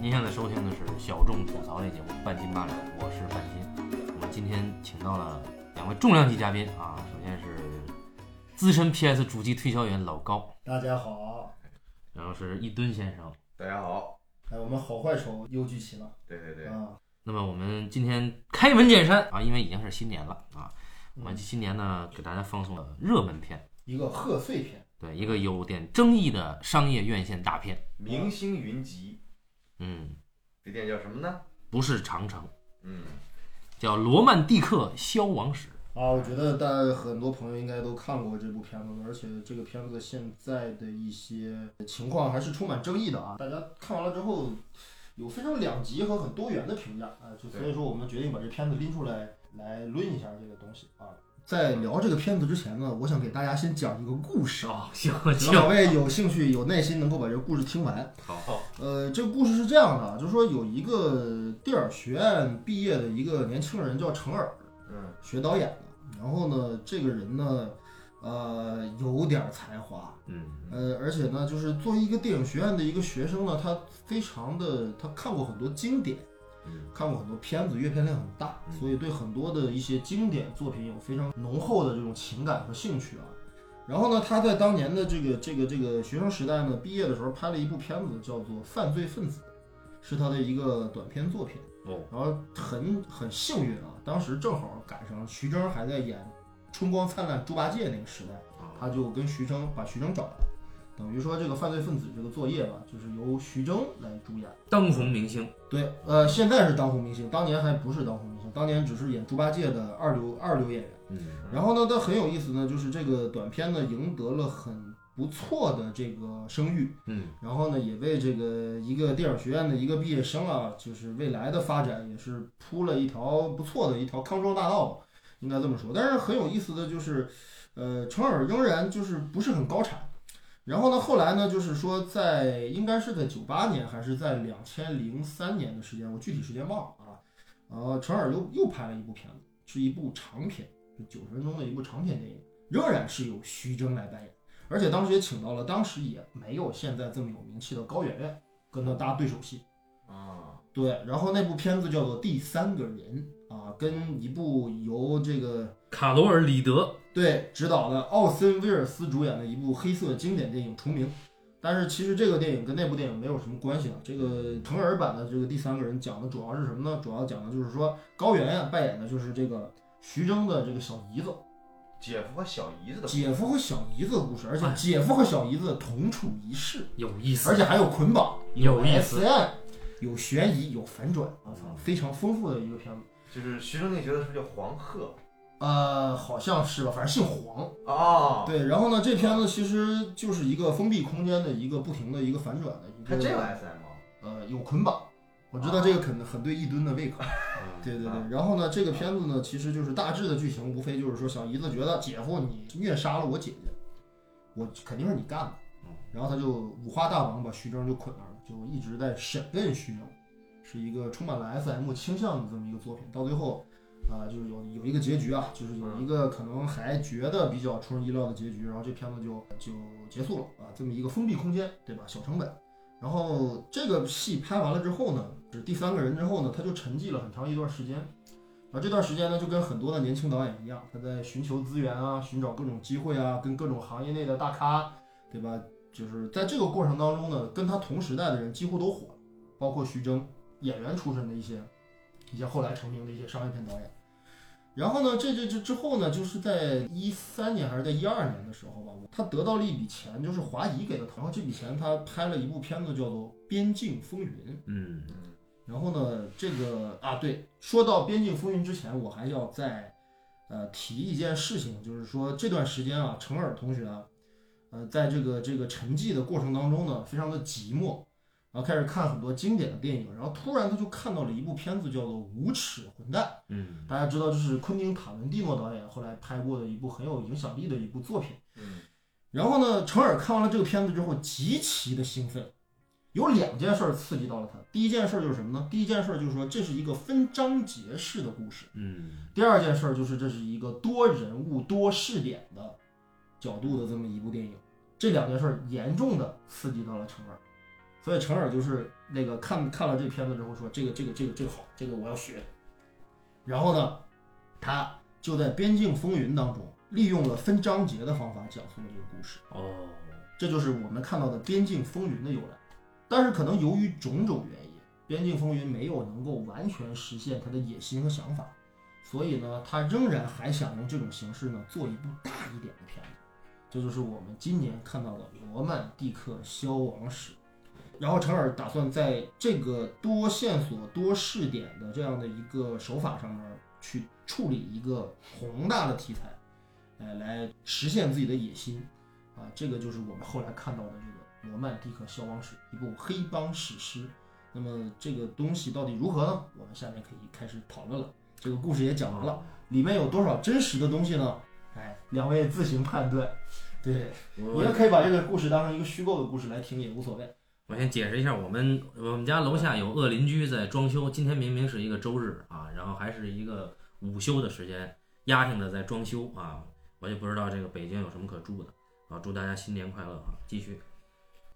您现在收听的是小众吐槽类节目《半斤八两》，我是半斤。我们今天请到了两位重量级嘉宾啊，首先是资深 PS 主机推销员老高，大家好，然后是一吨先生。大家好，哎，我们好坏丑又聚齐了对对对，啊！那么我们今天开门见山啊，因为已经是新年了啊，我们嗯新年呢给大家放送了热门片，一个贺岁片，对一个有点争议的商业院线大片，明星云集，嗯，这电影叫什么呢？不是长城，嗯，叫《罗曼蒂克消亡史》。啊，我觉得大家很多朋友应该都看过这部片子，而且这个片子现在的一些情况还是充满争议的啊。大家看完了之后，有非常两极和很多元的评价啊，就所以说我们决定把这片子拎出来来论一下这个东西啊。在聊这个片子之前呢，我想给大家先讲一个故事啊，行请两位有兴趣、有耐心能够把这个故事听完。好，呃，这个故事是这样的，就是说有一个电影学院毕业的一个年轻人叫程耳，嗯学导演的。然后呢，这个人呢，呃，有点儿才华，嗯呃，而且呢，就是作为一个电影学院的一个学生呢，他非常的，他看过很多经典，嗯看过很多片子，阅片量很大，嗯所以对很多的一些经典作品有非常浓厚的这种情感和兴趣啊。然后呢，他在当年的这个这个这个学生时代呢，毕业的时候拍了一部片子，叫做《犯罪分子》，是他的一个短片作品。哦，然后很很幸运啊，当时正好赶上徐峥还在演《春光灿烂猪八戒》那个时代，啊他就跟徐峥把徐峥找来，等于说这个犯罪分子这个作业吧，就是由徐峥来主演。当红明星，对，呃，现在是当红明星，当年还不是当红明星，当年只是演猪八戒的二流二流演员。嗯然后呢，他很有意思呢，就是这个短片呢赢得了很不错的这个声誉，嗯然后呢也为这个一个电影学院的一个毕业生啊，就是未来的发展也是铺了一条不错的一条康庄大道吧，应该这么说。但是很有意思的就是，呃，程耳仍然就是不是很高产。然后呢，后来呢，就是说在应该是在九八年还是在两千零三年的时间，我具体时间忘了啊。呃，程耳又又拍了一部片子，是一部长片，就九十分钟的一部长片电影，仍然是由徐峥来扮演，而且当时也请到了当时也没有现在这么有名气的高圆圆跟他搭对手戏。啊，对，然后那部片子叫做《第三个人》啊，跟一部由这个卡罗尔·里德，对，执导的奥森威尔斯主演的一部黑色经典电影《重名》，但是其实这个电影跟那部电影没有什么关系啊。这个成人版的这个第三个人讲的主要是什么呢？主要讲的就是说高圆圆扮演的就是这个徐峥的这个小姨子，姐夫和小姨子的姐夫和小姨子的故事，而且姐夫和小姨子同处一室，有意思，而且还有捆绑，有意思 S M，有悬疑，有反转，我操，非常丰富的一个片子。就是徐峥那角色是不是叫黄鹤呃，好像是吧，反正姓黄，啊？，对，然后呢，这片子其实就是一个封闭空间的一个不停的一个反转的一还个，真有 SM 啊呃有捆绑。我知道这个肯很对一吨的 胃口，对对对。然后呢，这个片子呢，其实就是大致的剧情无非就是说，小姨子觉得姐夫你虐杀了我姐姐，我肯定是你干的嗯。然后他就五花大绑把徐峥就捆那儿了，就一直在审问徐峥，是一个充满了 SM 倾向的这么一个作品。到最后，啊、就是有有一个结局啊，就是有一个可能还觉得比较出人意料的结局，然后这片子就就结束了啊，这么一个封闭空间，对吧？小成本。然后这个戏拍完了之后呢，就是第三个人之后呢，他就沉寂了很长一段时间。然后这段时间呢，就跟很多的年轻导演一样，他在寻求资源啊，寻找各种机会啊，跟各种行业内的大咖，对吧？就是在这个过程当中呢，跟他同时代的人几乎都火了，包括徐峥，演员出身的一些，一些后来成名的一些商业片导演。然后呢，这这这之后呢，就是在一三年还是在一二年的时候吧，他得到了一笔钱，就是华谊给了他，然后这笔钱他拍了一部片子叫做《边境风云》。嗯嗯然后呢，这个啊，对，说到《边境风云》之前，我还要再呃提一件事情，就是说这段时间啊，程耳同学啊，呃，在这个这个沉寂的过程当中呢，非常的寂寞，然后开始看很多经典的电影，然后突然他就看到了一部片子叫做《无耻混蛋》。嗯大家知道，这是昆汀·塔伦蒂诺导演后来拍过的一部很有影响力的一部作品。嗯，然后呢，程耳看完了这个片子之后，极其的兴奋，有两件事儿刺激到了他。第一件事儿就是什么呢？第一件事儿就是说这是一个分章节式的故事；嗯第二件事儿就是这是一个多人物、多视点的角度的这么一部电影。这两件事儿严重的刺激到了程耳，所以成耳就是那个看看了这片子之后说这个这个这个这个好，这个我要学。然后呢，他就在《边境风云》当中利用了分章节的方法讲述了这个故事，哦，这就是我们看到的《边境风云》的由来。但是可能由于种种原因，《边境风云》没有能够完全实现他的野心和想法，所以呢，他仍然还想用这种形式呢做一部大一点的片子。这就是我们今年看到的《罗曼蒂克消亡史》。然后陈尔打算在这个多线索、多视点的这样的一个手法上面去处理一个宏大的题材，呃，来实现自己的野心。啊，这个就是我们后来看到的这个《罗曼蒂克消亡史》，一部黑帮史诗。那么这个东西到底如何呢？我们下面可以开始讨论了。这个故事也讲完哦了，里面有多少真实的东西呢？哎，两位自行判断。对，我我也可以把这个故事当成一个虚构的故事来听，也无所谓。我先解释一下，我们我们家楼下有恶邻居在装修，今天明明是一个周日啊，然后还是一个午休的时间，压挺的在装修啊，我也不知道这个北京有什么可住的啊，祝大家新年快乐啊！继续，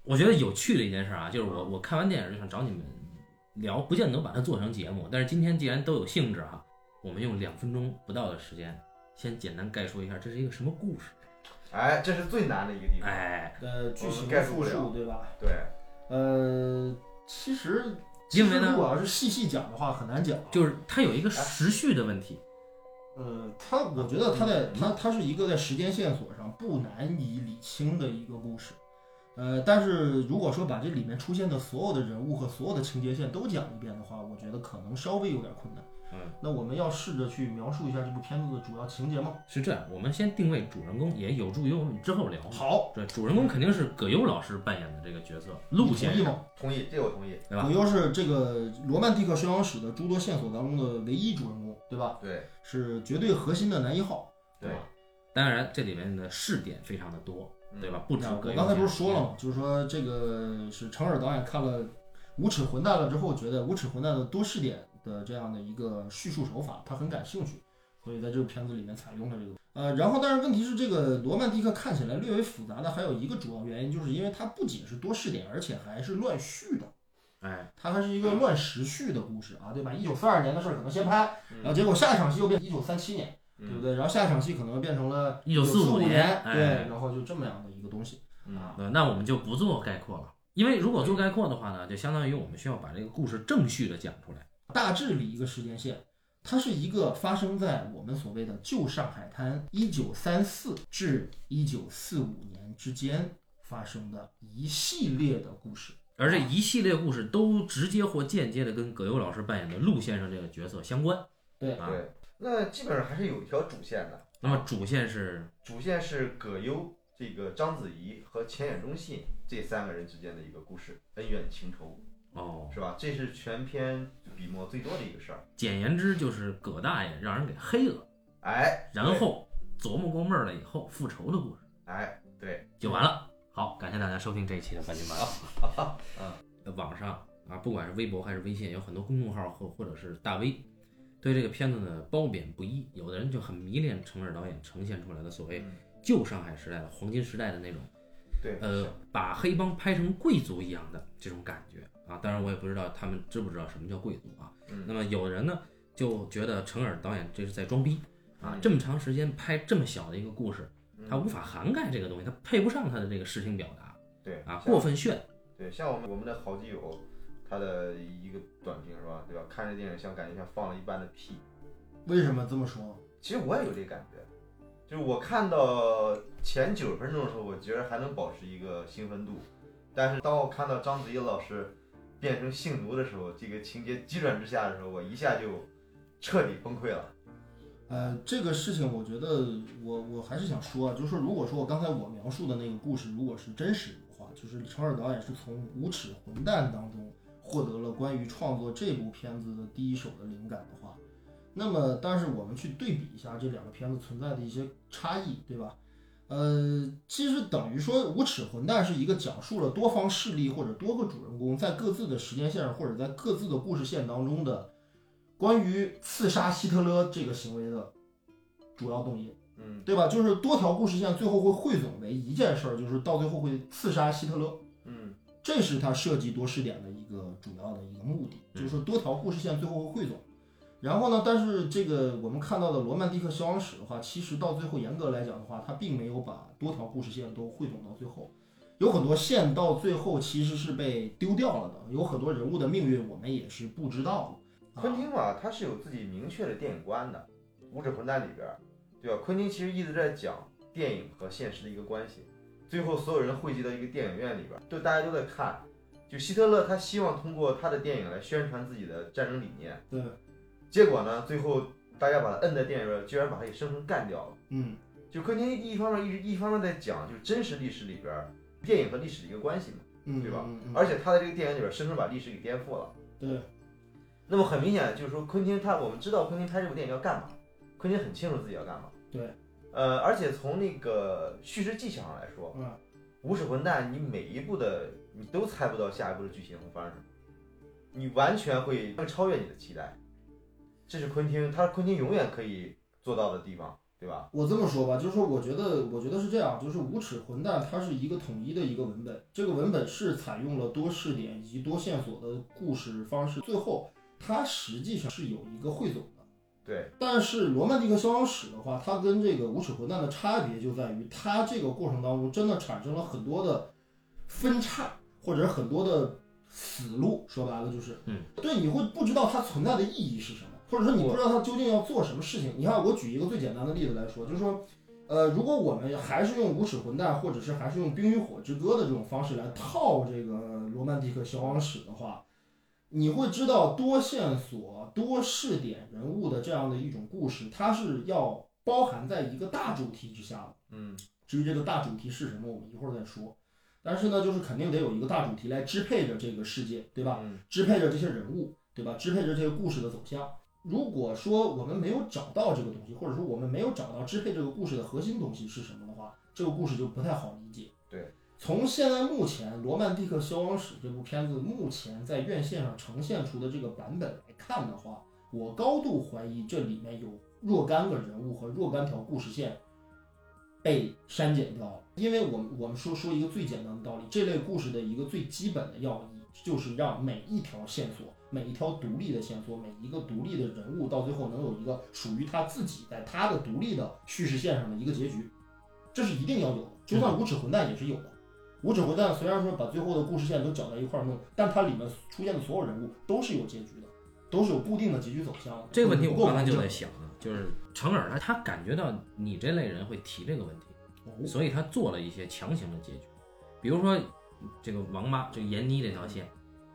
我觉得有趣的一件事啊，就是我我看完电影就想找你们聊，不见得能把它做成节目，但是今天既然都有兴致啊，我们用两分钟不到的时间，先简单概述一下这是一个什么故事，哎，这是最难的一个地方。哎。呃，剧我情们概复述述了对吧？对，呃，其实因为呢其实如果要是细细讲的话，很难讲。就是它有一个时序的问题，呃，它我觉得它在它它是一个在时间线索上不难以理清的一个故事。呃，但是如果说把这里面出现的所有的人物和所有的情节线都讲一遍的话，我觉得可能稍微有点困难。嗯，那我们要试着去描述一下这部片子的主要情节吗？是这样，我们先定位主人公，也有助于我们之后聊。好，对，主人公肯定是葛优老师扮演的这个角色陆先你同生，意吗？同意，这个我同意。对吧葛优是这个《罗曼蒂克消亡史》的诸多线索当中的唯一主人公，对吧？对是绝对核心的男一号，对吧？当然这里面的试点非常的多，嗯对吧？？不止嗯那葛我优。刚才不是说了，吗？就是说这个是程耳导演看了《无耻混蛋》了之后，觉得《无耻混蛋》的多视点的这样的一个叙述手法，他很感兴趣，所以在这个片子里面采用了这个。呃，然后但是问题是，这个罗曼蒂克看起来略微复杂的还有一个主要原因，就是因为它不仅是多视点，而且还是乱序的。哎，它还是一个乱时序的故事啊，对吧？一九四二年的事儿可能先拍，嗯然后结果下一场戏又变一九三七年，嗯对不对？然后下一场戏可能变成了1945 1945年年，哎对，然后就这么样的一个东西。嗯呃那我们就不做概括了，因为如果做概括的话呢，就相当于我们需要把这个故事正序的讲出来。大致理一个时间线，它是一个发生在我们所谓的旧上海滩一九三四至一九四五年之间发生的一系列的故事。而这一系列故事都直接或间接的跟葛优老师扮演的陆先生这个角色相关。对啊，对，那基本上还是有一条主线的。那么主线是主线是葛优、这个章子怡和前野忠信这三个人之间的一个故事，恩怨情仇，哦，是吧？这是全篇笔墨最多的一个事儿。简言之就是葛大爷让人给黑了。哎，然后琢磨过闷儿了以后复仇的故事哎，对，就完了。好，感谢大家收听这一期的半斤八两。 嗯呃网上啊，不管是微博还是微信，有很多公众号或或者是大 V，对这个片子呢褒贬不一。有的人就很迷恋程耳导演呈现出来的所谓嗯旧上海时代的黄金时代的那种，对，呃，把黑帮拍成贵族一样的这种感觉啊。当然，我也不知道他们知不知道什么叫贵族啊。嗯那么有人呢就觉得程耳导演这是在装逼啊，嗯这么长时间拍这么小的一个故事，嗯它无法涵盖这个东西，它配不上它的这个视听表达对啊，像过分炫。对，像我们我们的好基友，他的一个短评是吧？对吧？看着电影像感觉像放了一般的屁，为什么这么说？其实我也有这感觉，就是我看到前九十分钟的时候，我觉得还能保持一个兴奋度，但是当我看到章子怡老师变成性奴的时候，这个情节急转直下的时候，我一下就彻底崩溃了。呃，这个事情我觉得我我还是想说啊，就是说如果说我刚才我描述的那个故事如果是真实的话，就是程耳导演是从《无耻混蛋》当中获得了关于创作这部片子的第一手的灵感的话，那么但是我们去对比一下这两个片子存在的一些差异，对吧？呃，其实等于说《无耻混蛋》是一个讲述了多方势力或者多个主人公在各自的时间线上或者在各自的故事线当中的关于刺杀希特勒这个行为的主要动因，嗯对吧？就是多条故事线最后会汇总为一件事儿，就是到最后会刺杀希特勒。嗯这是他设计多试点的一个主要的一个目的，就是说多条故事线最后会汇总。然后呢，但是这个我们看到的《罗曼蒂克消亡史》的话，其实到最后严格来讲的话，它并没有把多条故事线都汇总到最后，有很多线到最后其实是被丢掉了的，有很多人物的命运我们也是不知道的。昆啊、汀嘛，他是有自己明确的电影观的，《无耻混蛋》里边儿，对吧？昆汀其实一直在讲电影和现实的一个关系。最后，所有人汇集到一个电影院里边儿，就大家都在看。就希特勒他希望通过他的电影来宣传自己的战争理念，对，结果呢，最后大家把他摁在电影院，居然把他给生生干掉了。嗯，就昆汀一方面一直一方面在讲，就真实历史里边儿电影和历史的一个关系嘛，嗯，对吧嗯？嗯、而且他在这个电影里边儿深深把历史给颠覆了。对，那么很明显就是说，昆汀他我们知道昆汀拍这部电影要干嘛，昆汀很清楚自己要干嘛。对，呃，而且从那个叙事技巧上来说，嗯，无耻混蛋，你每一步的你都猜不到下一步的剧情会发生什么，你完全会会超越你的期待，这是昆汀，他昆汀永远可以做到的地方，对吧？我这么说吧，就是说，我觉得，我觉得是这样，就是《无耻混蛋》它是一个统一的一个文本，这个文本是采用了多视点以及多线索的故事方式，最后它实际上是有一个汇总的。对，但是《罗曼蒂克消亡史》的话，它跟这个《无耻混蛋》的差别就在于，它这个过程当中真的产生了很多的分叉，或者很多的死路。说白了就是，嗯，对，你会不知道它存在的意义是什么，或者说你不知道它究竟要做什么事情。你看，我举一个最简单的例子来说，就是说，呃，如果我们还是用《无耻混蛋》或者是还是用《冰与火之歌》的这种方式来套这个《罗曼蒂克消亡史》的话，你会知道多线索、多视点人物的这样的一种故事，它是要包含在一个大主题之下的。嗯，至于这个大主题是什么，我们一会儿再说。但是呢，就是肯定得有一个大主题来支配着这个世界，对吧？嗯，支配着这些人物，对吧？支配着这个故事的走向。如果说我们没有找到这个东西，或者说我们没有找到支配这个故事的核心东西是什么的话，这个故事就不太好理解。对，从现在目前《罗曼蒂克消亡史》这部片子目前在院线上呈现出的这个版本来看的话，我高度怀疑这里面有若干个人物和若干条故事线被删减掉了。因为我们我们说说一个最简单的道理，这类故事的一个最基本的要义就是让每一条线索、每一条独立的线索、每一个独立的人物到最后能有一个属于他自己在他的独立的叙事线上的一个结局，这是一定要有的。就算无耻混蛋也是有的。无耻混蛋虽然说把最后的故事线都搅在一块儿弄，但它里面出现的所有人物都是有结局的，都是有固定的结局走向的。这个问题不我够刚才就完在整想呢，就是成尔他他感觉到你这类人会提这个问题，哦所以他做了一些强行的结局，比如说这个王八这个闫妮这条线，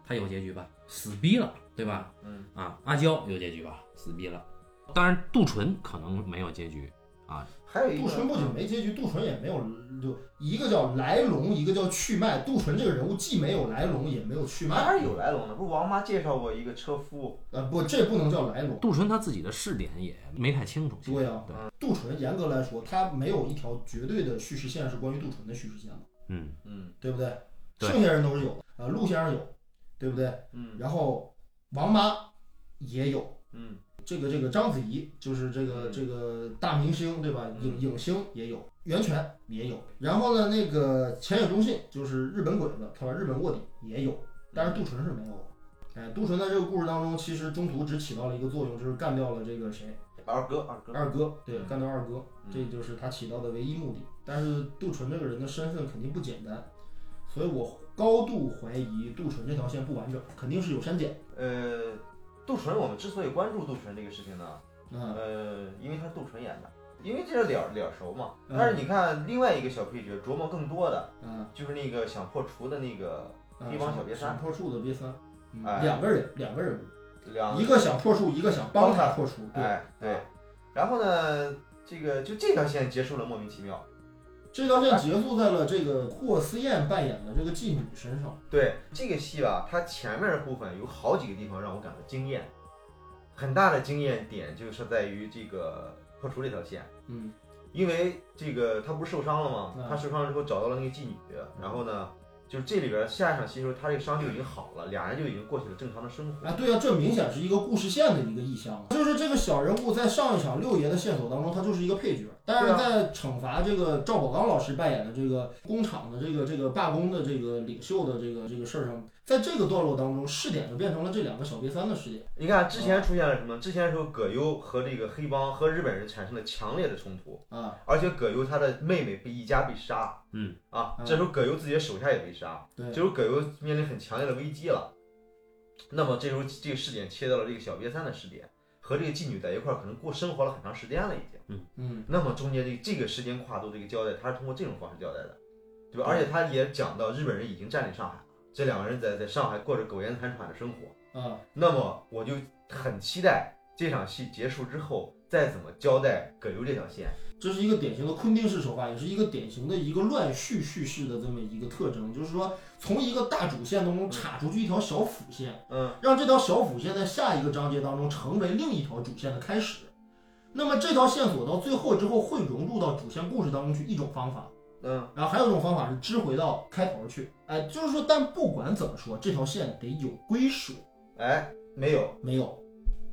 他有结局吧，死逼了，对吧？嗯啊，阿娇有结局吧，死逼了。当然，杜淳可能没有结局啊，还有一个杜淳不仅没结局，杜淳也没有，就一个叫来龙，一个叫去脉。杜淳这个人物既没有来龙，也没有去哪脉。有来龙的？不是王妈介绍过一个车夫，呃，不，这不能叫来龙。杜淳他自己的试点也没太清楚。其实对啊对，嗯杜淳严格来说，他没有一条绝对的叙事线是关于杜淳的叙事线的，嗯，嗯对不对？对剩下人都是有的，呃，陆先生有，对不对？嗯然后王妈也有，嗯，这个这个章子怡就是这个嗯这个大明星对吧？嗯影影星也有，袁泉也有，然后呢，那个前野忠信就是日本鬼子，他吧？日本卧底也有，但嗯是杜淳是没有的。哎，杜淳在这个故事当中，其实中途只起到了一个作用，就是干掉了这个谁嗯二哥二哥，二哥，对，嗯干掉二哥，嗯这就是他起到的唯一目的。但是杜淳这个人的身份肯定不简单，所以我高度怀疑杜淳这条线不完整，肯定是有删减。呃，杜淳，我们之所以关注杜淳这个事情呢，嗯，呃，因为他是杜淳演的，因为这是脸儿脸儿熟嘛。嗯但是你看另外一个小配角琢磨更多的嗯，就是那个想破除的那个啊一帮小瘪三想破处的瘪三，嗯哎两个人，两个人，两一个啊想破处，一个想帮他破处，对。啊哎对，然后呢，这个就这条线结束了，莫名其妙。这条线结束在了这个霍思燕扮演的这个妓女身上，对这个戏吧，它前面的部分有好几个地方让我感到惊艳，很大的惊艳点就是在于这个破除这条线。嗯，因为这个他不是受伤了嗯吗？他受伤了之后找到了那个妓女，然后呢，就是这里边下一场戏的时候，他这个伤就已经好了，俩人就已经过起了正常的生活。啊，对啊，这明显是一个故事线的一个意象，就是这个小人物在上一场六爷的线索当中，他就是一个配角，但对是啊在惩罚这个赵宝刚老师扮演的这个工厂的这个这个罢工的这个领袖的这个这个事儿上，在这个段落当中，视点就变成了这两个小瘪三的视点。你看之嗯前出现了什么？之前的时候，葛优和这个黑帮和日本人产生了强烈的冲突，啊，而且葛优他的妹妹被一家被杀，嗯啊，嗯这时候葛优自己的手下也被杀，对这时候葛优面临很强烈的危机了。那么这时候这个视点切到了这个小瘪三的视点，和这个妓女在一块儿可能过生活了很长时间了已经。嗯，那么中间这这个时间跨度这个交代，他是通过这种方式交代的，对吧？而且他也讲到日本人已经占领上海了，这两个人在在上海过着苟延残喘的生活。啊，那么我就很期待这场戏结束之后再怎么交代葛优这条线。这是一个典型的昆汀式手法，也是一个典型的一个乱序叙事的这么一个特征，就是说从一个大主线当中岔出去一条小辅线。嗯，让这条小辅线在下一个章节当中成为另一条主线的开始。那么这条线索到最后之后会融入到主线故事当中去，一种方法，嗯，然后还有一种方法是支回到开头去。哎，就是说，但不管怎么说，这条线得有归属，哎，没有，没有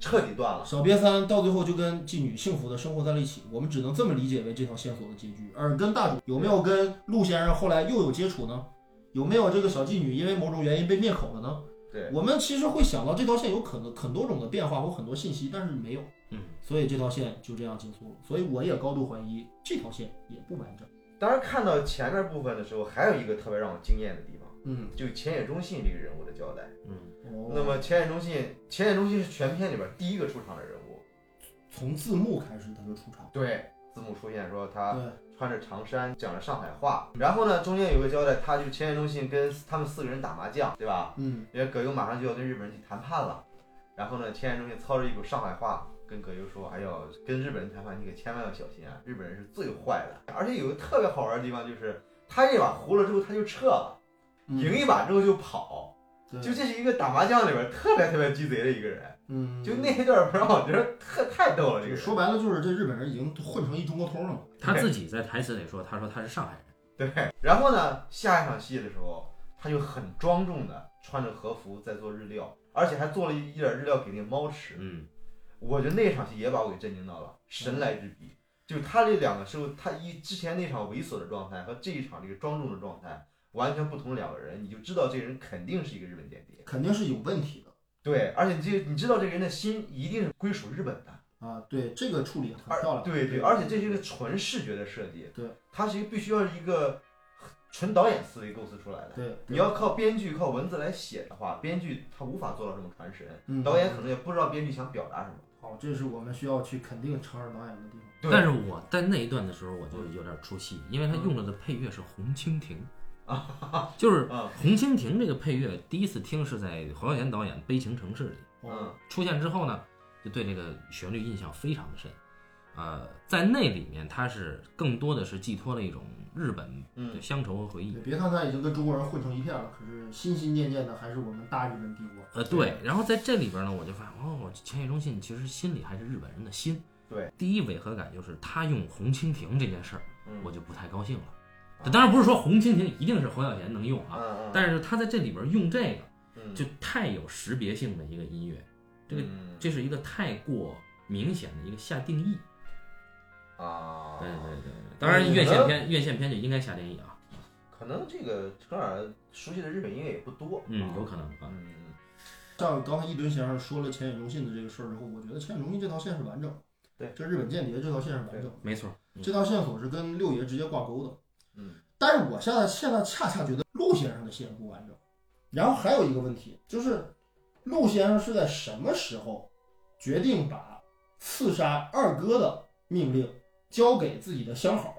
彻底断了。小瘪三到最后就跟妓女幸福的生活在了一起，我们只能这么理解为这条线索的结局。而跟大主有没有跟陆先生后来又有接触呢？有没有这个小妓女因为某种原因被灭口了呢？对，我们其实会想到这条线有可能很多种的变化或很多信息，但是没有，嗯，所以这条线就这样结束了。所以我也高度怀疑这条线也不完整。当然看到前面部分的时候，还有一个特别让我惊艳的地方，嗯，就浅野忠信这个人物的交代。嗯，哦那么浅野忠信，浅野忠信是全片里边第一个出场的人物。从字幕开始他就出场，对，字幕出现说他对，穿着长衫，讲着上海话。然后呢，中间有个交代，他就浅野忠信跟他们四个人打麻将，对吧？嗯，因为葛优马上就要跟日本人去谈判了，然后呢，千叶中信操着一口上海话跟葛优说：“哎呦，跟日本人谈判你可千万要小心啊，日本人是最坏的。”而且有个特别好玩的地方就是，他这把胡了之后他就撤了，嗯赢一把之后就跑，对就这是一个打麻将里边特别特别鸡贼的一个人，嗯，就那一段反正我觉得特太逗了，这个人说白了就是这日本人已经混成一中国通了嘛。他自己在台词里说，他说他是上海人。对，然后呢，下一场戏的时候，他就很庄重的穿着和服在做日料，而且还做了一点日料给那猫吃。嗯，我觉得那场戏也把我给震惊到了，神来之笔。就是他这两个时候，他一之前那场猥琐的状态和这一场这个庄重的状态完全不同两个人，你就知道这个人肯定是一个日本间谍。肯定是有问题的对，而且你这你知道这个人的心一定是归属日本的，啊。对，这个处理很漂而亮。对对，而且这是一个纯视觉的设计，对，它是一个必须要是一个纯导演思维构思出来的。对，你要靠编剧靠文字来写的话，编剧他无法做到这么传神，嗯导演可能也不知道编剧想表达什么。好，这是我们需要去肯定成尔导演的地方。对但是我在那一段的时候，我就有点出戏，因为他用了的配乐是《红蜻蜓》啊， 就是嗯《红蜻蜓》这个配乐，第一次听是在侯孝贤导演《悲情城市》里哦嗯，出现之后呢，就对这个旋律印象非常的深。呃，在那里面，它是更多的是寄托了一种日本的嗯乡愁和回忆对，。别看他已经跟中国人混成一片了，可是心心念念的还是我们大日本帝国。呃，对，然后在这里边呢，我就发现哦，千叶忠信其实心里还是日本人的心。对，第一违和感就是他用红蜻蜓这件事儿，嗯我就不太高兴了。啊当然不是说红蜻蜓一定是侯孝贤能用啊，嗯嗯，但是他在这里边用这个嗯就太有识别性的一个音乐，这个嗯这是一个太过明显的一个下定义。啊，对对对对，当然院线片院线片就应该下定义啊，可能这个正好熟悉的日本音乐也不多，嗯，有可能啊。嗯像刚才一吨先生说了浅野忠信的这个事儿之后，我觉得浅野忠信这条线是完整的。对这日本间谍这条线是完整的，没错，这条线索是跟六爷直接挂钩的。嗯呃但是我现在现在恰恰觉得陆先生的线不完整。然后还有一个问题就是，陆先生是在什么时候决定把刺杀二哥的命令交给自己的相好，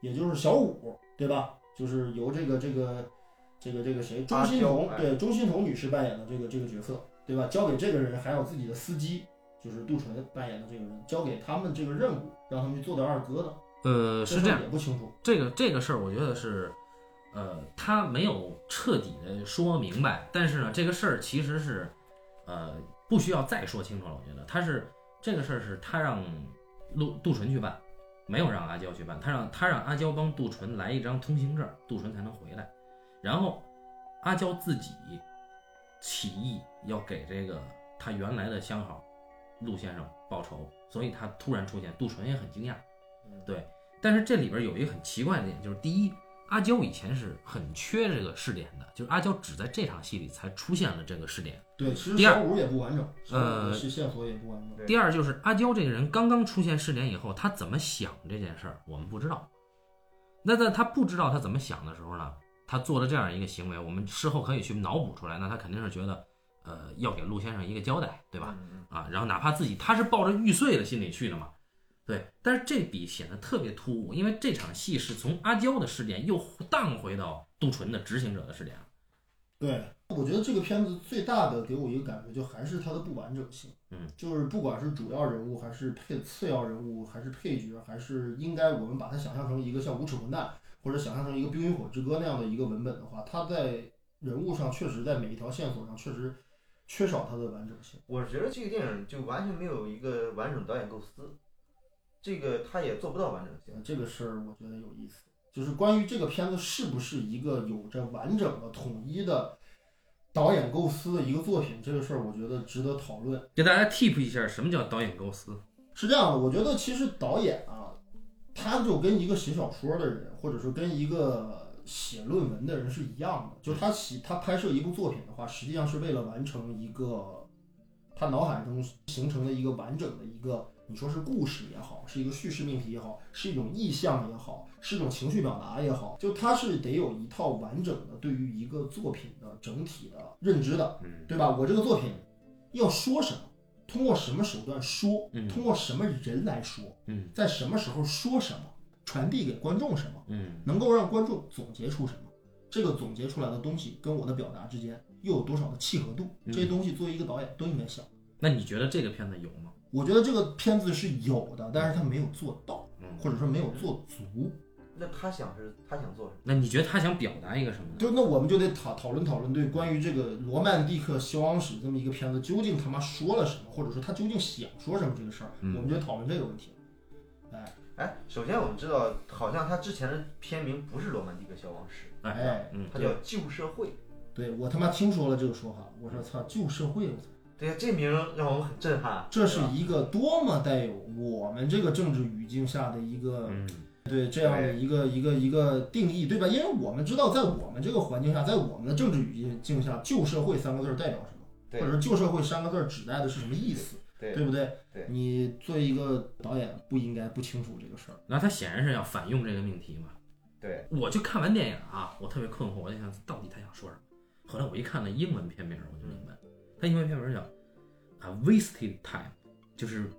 也就是小五，对吧？就是由这个这个这个这个谁钟欣潼阿娇哎对钟欣潼女士扮演的这个这个角色，对吧？交给这个人，还有自己的司机，就是杜淳扮演的这个人，交给他们这个任务，让他们去做掉二哥的，呃，是这样事儿，也不清楚。这个这个事儿，我觉得是，呃，他没有彻底的说明白，但是呢，这个事儿其实是，呃，不需要再说清楚了。我觉得他是这个事儿是他让陆杜淳去办，没有让阿娇去办，他让他让阿娇帮杜淳来一张通行证，杜淳才能回来。然后阿娇自己起义要给这个他原来的相好陆先生报仇，所以他突然出现，杜淳也很惊讶。嗯对但是这里边有一个很奇怪的点，就是第一，阿娇以前是很缺这个试点的，就是阿娇只在这场戏里才出现了这个试点。对，其实第二小五也不完整，呃是线索也不完整。对第二就是阿娇这个人刚刚出现试点以后，她怎么想这件事儿，我们不知道。那在她不知道她怎么想的时候呢，她做了这样一个行为，我们事后可以去脑补出来。那她肯定是觉得，呃，要给陆先生一个交代，对吧？？嗯啊，然后哪怕自己他是抱着玉碎的心理去的嘛，对，但是这笔显得特别突兀，因为这场戏是从阿娇的视点又荡回到杜淳的执行者的视点了，对，我觉得这个片子最大的给我一个感觉，就还是它的不完整性。嗯，就是不管是主要人物，还是配次要人物，还是配角，还是应该我们把它想象成一个像《无耻混蛋》或者想象成一个《冰与火之歌》那样的一个文本的话，它在人物上确实在每一条线索上确实缺少它的完整性。我觉得这个电影就完全没有一个完整导演构思，这个他也做不到完整性呃。这个事儿我觉得有意思，就是关于这个片子是不是一个有着完整的、统一的导演构思的一个作品，这个事儿我觉得值得讨论。给大家 tip 一下什么叫导演构思。是这样的，我觉得其实导演啊，他就跟一个写小说的人，或者说跟一个写论文的人是一样的，就是他写他拍摄一部作品的话，实际上是为了完成一个他脑海中形成的一个完整的一个，你说是故事也好，是一个叙事命题也好，是一种意象也好，是一种情绪表达也好，就他是得有一套完整的对于一个作品的整体的认知的，嗯对吧？我这个作品要说什么，通过什么手段说，嗯通过什么人来说，嗯在什么时候说什么，传递给观众什么，嗯能够让观众总结出什么，这个总结出来的东西跟我的表达之间又有多少的契合度，嗯这些东西作为一个导演都应该想。那你觉得这个片子有吗？我觉得这个片子是有的，但是他没有做到，嗯，或者说没有做足。那他想是他想做什么？那你觉得他想表达一个什么呢？就那我们就得讨讨论讨论，对关于这个罗曼蒂克消亡史这么一个片子，究竟他妈说了什么，或者说他究竟想说什么这个事儿，嗯我们就得讨论这个问题。哎哎，首先我们知道，好像他之前的片名不是《罗曼蒂克消亡史哎，嗯》，他叫《旧社会》。对我他妈听说了这个说法，我说操，旧社会，我操，对呀，这名让我们很震撼。啊这是对吧一个多么带有我们这个政治语境下的一个嗯对这样的一个一个一个定义，对吧？因为我们知道，在我们这个环境下，在我们的政治语境下，“旧社会”三个字儿代表什么，对或者“旧社会”三个字儿指代的是什么意思，对不对？对你作为一个导演，不应该不清楚这个事儿。那他显然是要反用这个命题嘛。对，我就看完电影啊，我特别困惑，我就想到底他想说什么。后来我一看那英文片名，我就明白，他英文片名叫啊 wasted time，就是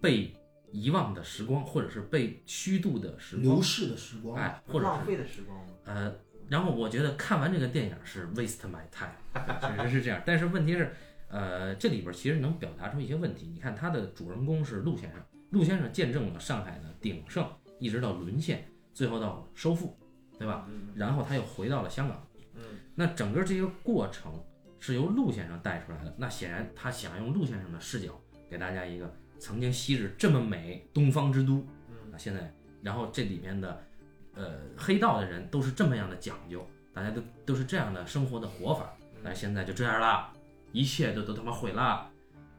被遗忘的时光，或者是被虚度的时流光，逝的时光，哎，或者浪是费的时光吗？呃，然后我觉得看完这个电影是 waste my time，确实哎是这样。但是问题是，呃，这里边其实能表达出一些问题。你看他的主人公是陆先生，陆先生见证了上海的鼎盛，一直到沦陷，最后到收复，对吧？嗯然后他又回到了香港。嗯那整个这个过程是由陆先生带出来的。那显然他想用陆先生的视角给大家一个曾经昔日这么美东方之都嗯啊，现在然后这里面的呃黑道的人都是这么样的讲究，大家都都是这样的生活的活法，但是现在就这样啦，一切都都他妈毁啦。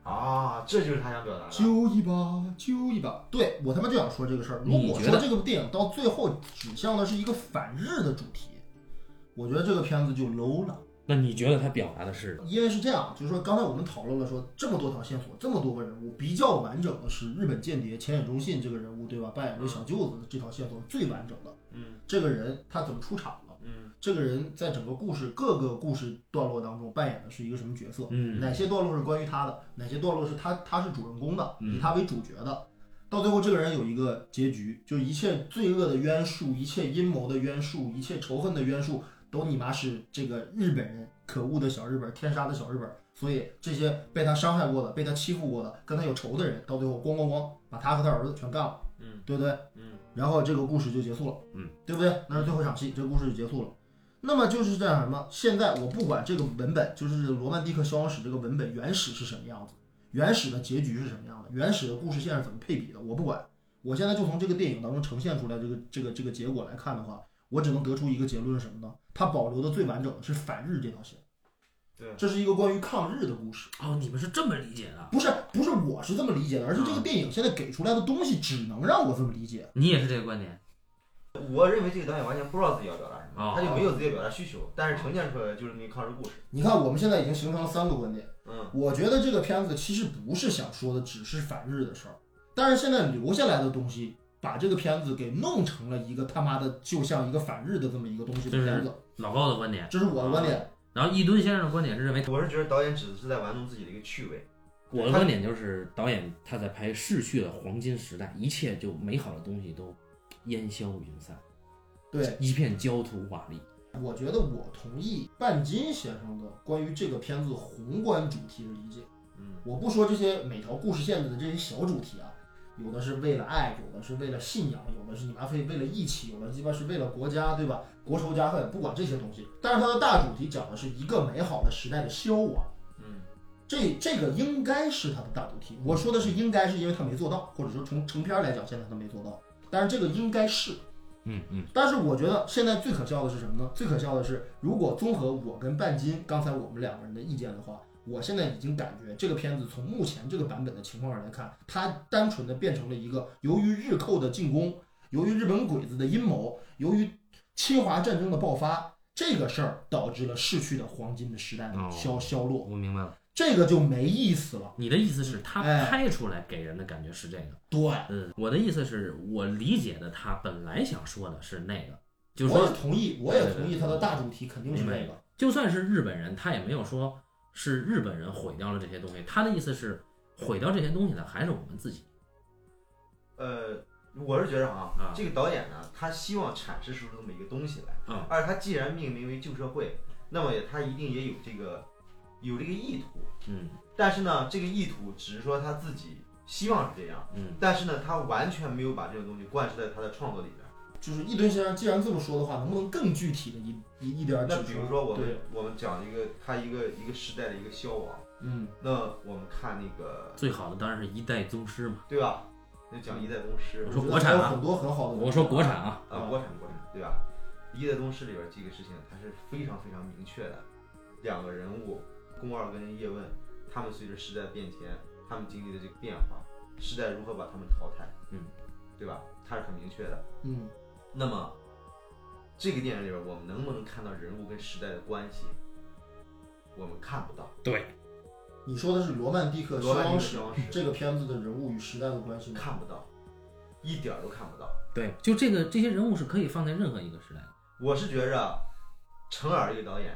啊，这就是他想表达的。揪一把，揪一把。对我他妈就想说这个事儿。如你果我觉说得这部电影到最后指向的是一个反日的主题，我觉得这个片子就 low 了。那你觉得他表达的是？因为是这样，就是说刚才我们讨论了说这么多条线索，这么多个人物，比较完整的是日本间谍浅野忠信这个人物，对吧？扮演这个小舅子的这条线索是最完整的。嗯这个人他怎么出场的？嗯这个人在整个故事各个故事段落当中扮演的是一个什么角色？嗯哪些段落是关于他的，哪些段落是他他是主人公的，嗯以他为主角的。到最后，这个人有一个结局，就是一切罪恶的冤束，一切阴谋的冤束，一切仇恨的冤束，都你妈是这个日本人，可恶的小日本，天杀的小日本。所以这些被他伤害过的、被他欺负过的、跟他有仇的人，到最后咣咣咣把他和他儿子全干了，嗯对不对？嗯，然后这个故事就结束了，嗯，对不对？那是最后一场戏，这个故事就结束了。那么就是这样什么？现在我不管这个文本，就是《罗曼蒂克消亡史》这个文本原始是什么样子，原始的结局是什么样的，原始的故事线是怎么配比的，我不管。我现在就从这个电影当中呈现出来这个这个这个结果来看的话，我只能得出一个结论是什么呢？它保留的最完整的是反日这条线，对这是一个关于抗日的故事，哦，你们是这么理解的？不是不是我是这么理解的，而是这个嗯电影现在给出来的东西只能让我这么理解。你也是这个观点？我认为这个导演完全不知道自己要表达什么，哦他就没有自己的表达需求，但是呈现出来的就是那个抗日故事。你看我们现在已经形成了三个观点，嗯，我觉得这个片子其实不是想说的只是反日的事儿，但是现在留下来的东西。把这个片子给弄成了一个他妈的就像一个反日的这么一个东西的片子，老高的观点，这是我的观点。然后一吨先生的观点是认为，我是觉得导演只是在玩弄自己的一个趣味。我的观点就是导演他在拍逝去的黄金时代，一切就美好的东西都烟消云散，对，一片焦土瓦砾。我觉得我同意半斤先生的关于这个片子宏观主题的理解。嗯我不说这些每条故事线的这些小主题啊，有的是为了爱，有的是为了信仰，有的是你妈非为了义气，有的鸡巴是为了国家，对吧？国仇家恨，不管这些东西。但是它的大主题讲的是一个美好的时代的消亡，嗯这这个应该是它的大主题。我说的是应该，是因为它没做到，或者说从成片儿来讲，现在它没做到。但是这个应该是，嗯嗯，但是我觉得现在最可笑的是什么呢？最可笑的是，如果综合我跟半斤刚才我们两个人的意见的话，我现在已经感觉这个片子从目前这个版本的情况上来看，它单纯的变成了一个由于日寇的进攻，由于日本鬼子的阴谋，由于侵华战争的爆发。这个事儿导致了逝去的黄金的时代的哦消消落，我明白了，这个就没意思了。你的意思是他哎拍出来给人的感觉是这个。对，嗯，我的意思是我理解的，他本来想说的是那个，就是我也说，同意，我也同意它的大主题肯定是那明个。就算是日本人，他也没有说是日本人毁掉了这些东西，他的意思是毁掉这些东西的还是我们自己。呃，我是觉得啊，啊这个导演呢，他希望阐释出这么一个东西来。嗯而他既然命名为旧社会，那么也他一定也有这个有这个意图。嗯但是呢，这个意图只是说他自己希望是这样，嗯，但是呢，他完全没有把这种东西灌输在他的创作里边。就是一吨先生，既然这么说的话，能不能更具体的一一一点儿指那出？比如说我们对，我们讲一个他一个一个时代的一个消亡，嗯，那我们看那个最好的当然是一代宗师嘛。对吧？那讲一代宗师我我说觉得国产还有啊很多很好的，我说国产啊，啊，国产国产对吧？一代宗师里边这个事情它是非常非常明确的，两个人物宫二跟叶问，他们随着时代变迁，他们经历的这个变化，时代如何把他们淘汰，嗯，对吧？它是很明确的。嗯，那么，这个电影里边，我们能不能看到人物跟时代的关系？我们看不到。对，你说的是罗曼蒂克消罗曼蒂亡克史消亡史这个片子的人物与时代的关系吗？看不到，一点儿都看不到。对，就这个这些人物是可以放在任何一个时代的。我是觉着，程耳这个导演，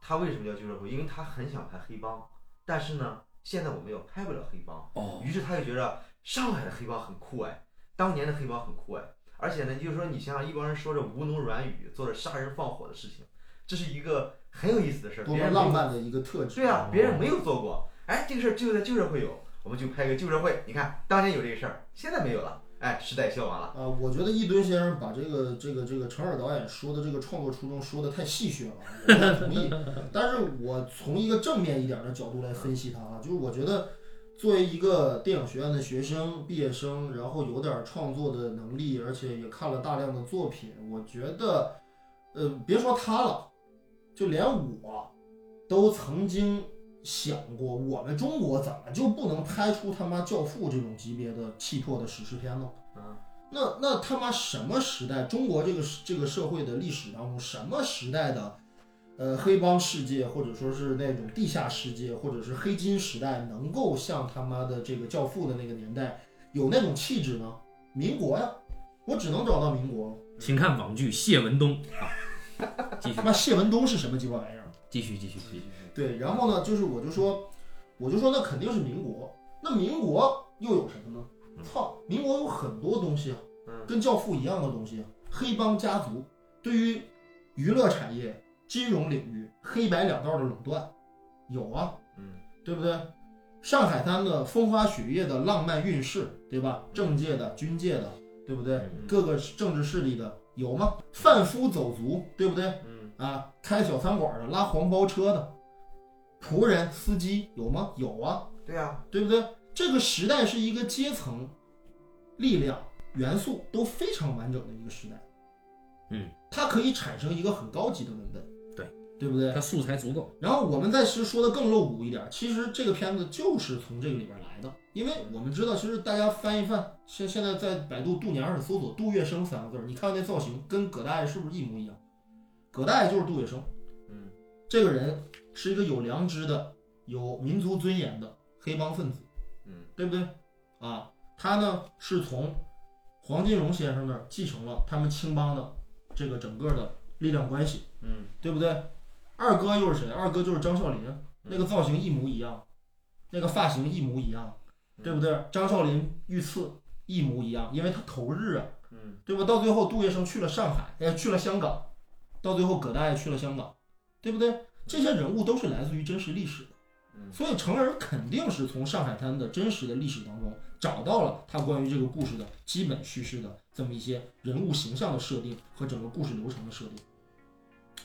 他为什么叫旧社会？因为他很想拍黑帮，但是呢，现在我们又拍不了黑帮，哦于是他就觉着上海的黑帮很酷哎，当年的黑帮很酷哎，而且呢，就是说你想想，一帮人说着吴侬软语，做着杀人放火的事情，这是一个很有意思的事儿，多别么人没有浪漫的一个特质。对啊，别人没有做过。哎，这个事儿只有在旧社会有，我们就拍个旧社会。你看，当年有这个事儿，现在没有了。哎，时代消亡了。啊，我觉得一吨先生把这个这个这个程耳导演说的这个创作初衷说的太戏谑了，我不太同意。但是我从一个正面一点的角度来分析它啊，就是我觉得作为一个电影学院的学生、毕业生，然后有点创作的能力，而且也看了大量的作品，我觉得，呃，别说他了，就连我都曾经想过，我们中国怎么就不能拍出他妈《教父》这种级别的气魄的史诗片呢？嗯，那那他妈什么时代？中国这个这个社会的历史当中，什么时代的，呃，黑帮世界，或者说是那种地下世界，或者是黑金时代，能够像他妈的这个教父的那个年代有那种气质呢？民国呀，我只能找到民国。请看网剧《谢文东》啊，继续他妈谢文东是什么鸡巴玩意儿？继续继续继续，对，然后呢，就是我就说，我就说那肯定是民国。那民国又有什么呢？操，民国有很多东西啊，嗯跟教父一样的东西啊，黑帮家族对于娱乐产业、金融领域黑白两道的垄断，有啊，嗯对不对？上海滩的风花雪月的浪漫韵事，对吧？政界的、军界的，对不对？嗯各个政治势力的有吗？贩夫走卒，对不对？嗯啊，开小餐馆的、拉黄包车的、仆人、司机有吗？有啊，嗯，对啊，对不对？这个时代是一个阶层、力量、元素都非常完整的一个时代。嗯，它可以产生一个很高级的文本。对，对不对？它素材足够。然后我们再其实说的更露骨一点，其实这个片子就是从这个里边来的，因为我们知道，其实大家翻一翻，现现在在百度度娘上搜索“杜月笙”三个字儿，你看看那造型跟葛大爷是不是一模一样？葛大爷就是杜月笙，嗯，这个人是一个有良知的、有民族尊严的黑帮分子，嗯对不对？啊，他呢是从黄金荣先生那儿继承了他们青帮的这个整个的力量关系，嗯对不对？二哥又是谁？二哥就是张少林，那个造型一模一样，那个发型一模一样，对不对？张少林遇刺一模一样，因为他投日啊，嗯对吧？到最后杜月笙去了上海，哎，去了香港，到最后葛大爷去了香港，对不对？这些人物都是来自于真实历史的，嗯所以成人肯定是从上海滩的真实的历史当中找到了他关于这个故事的基本叙事的这么一些人物形象的设定和整个故事流程的设定，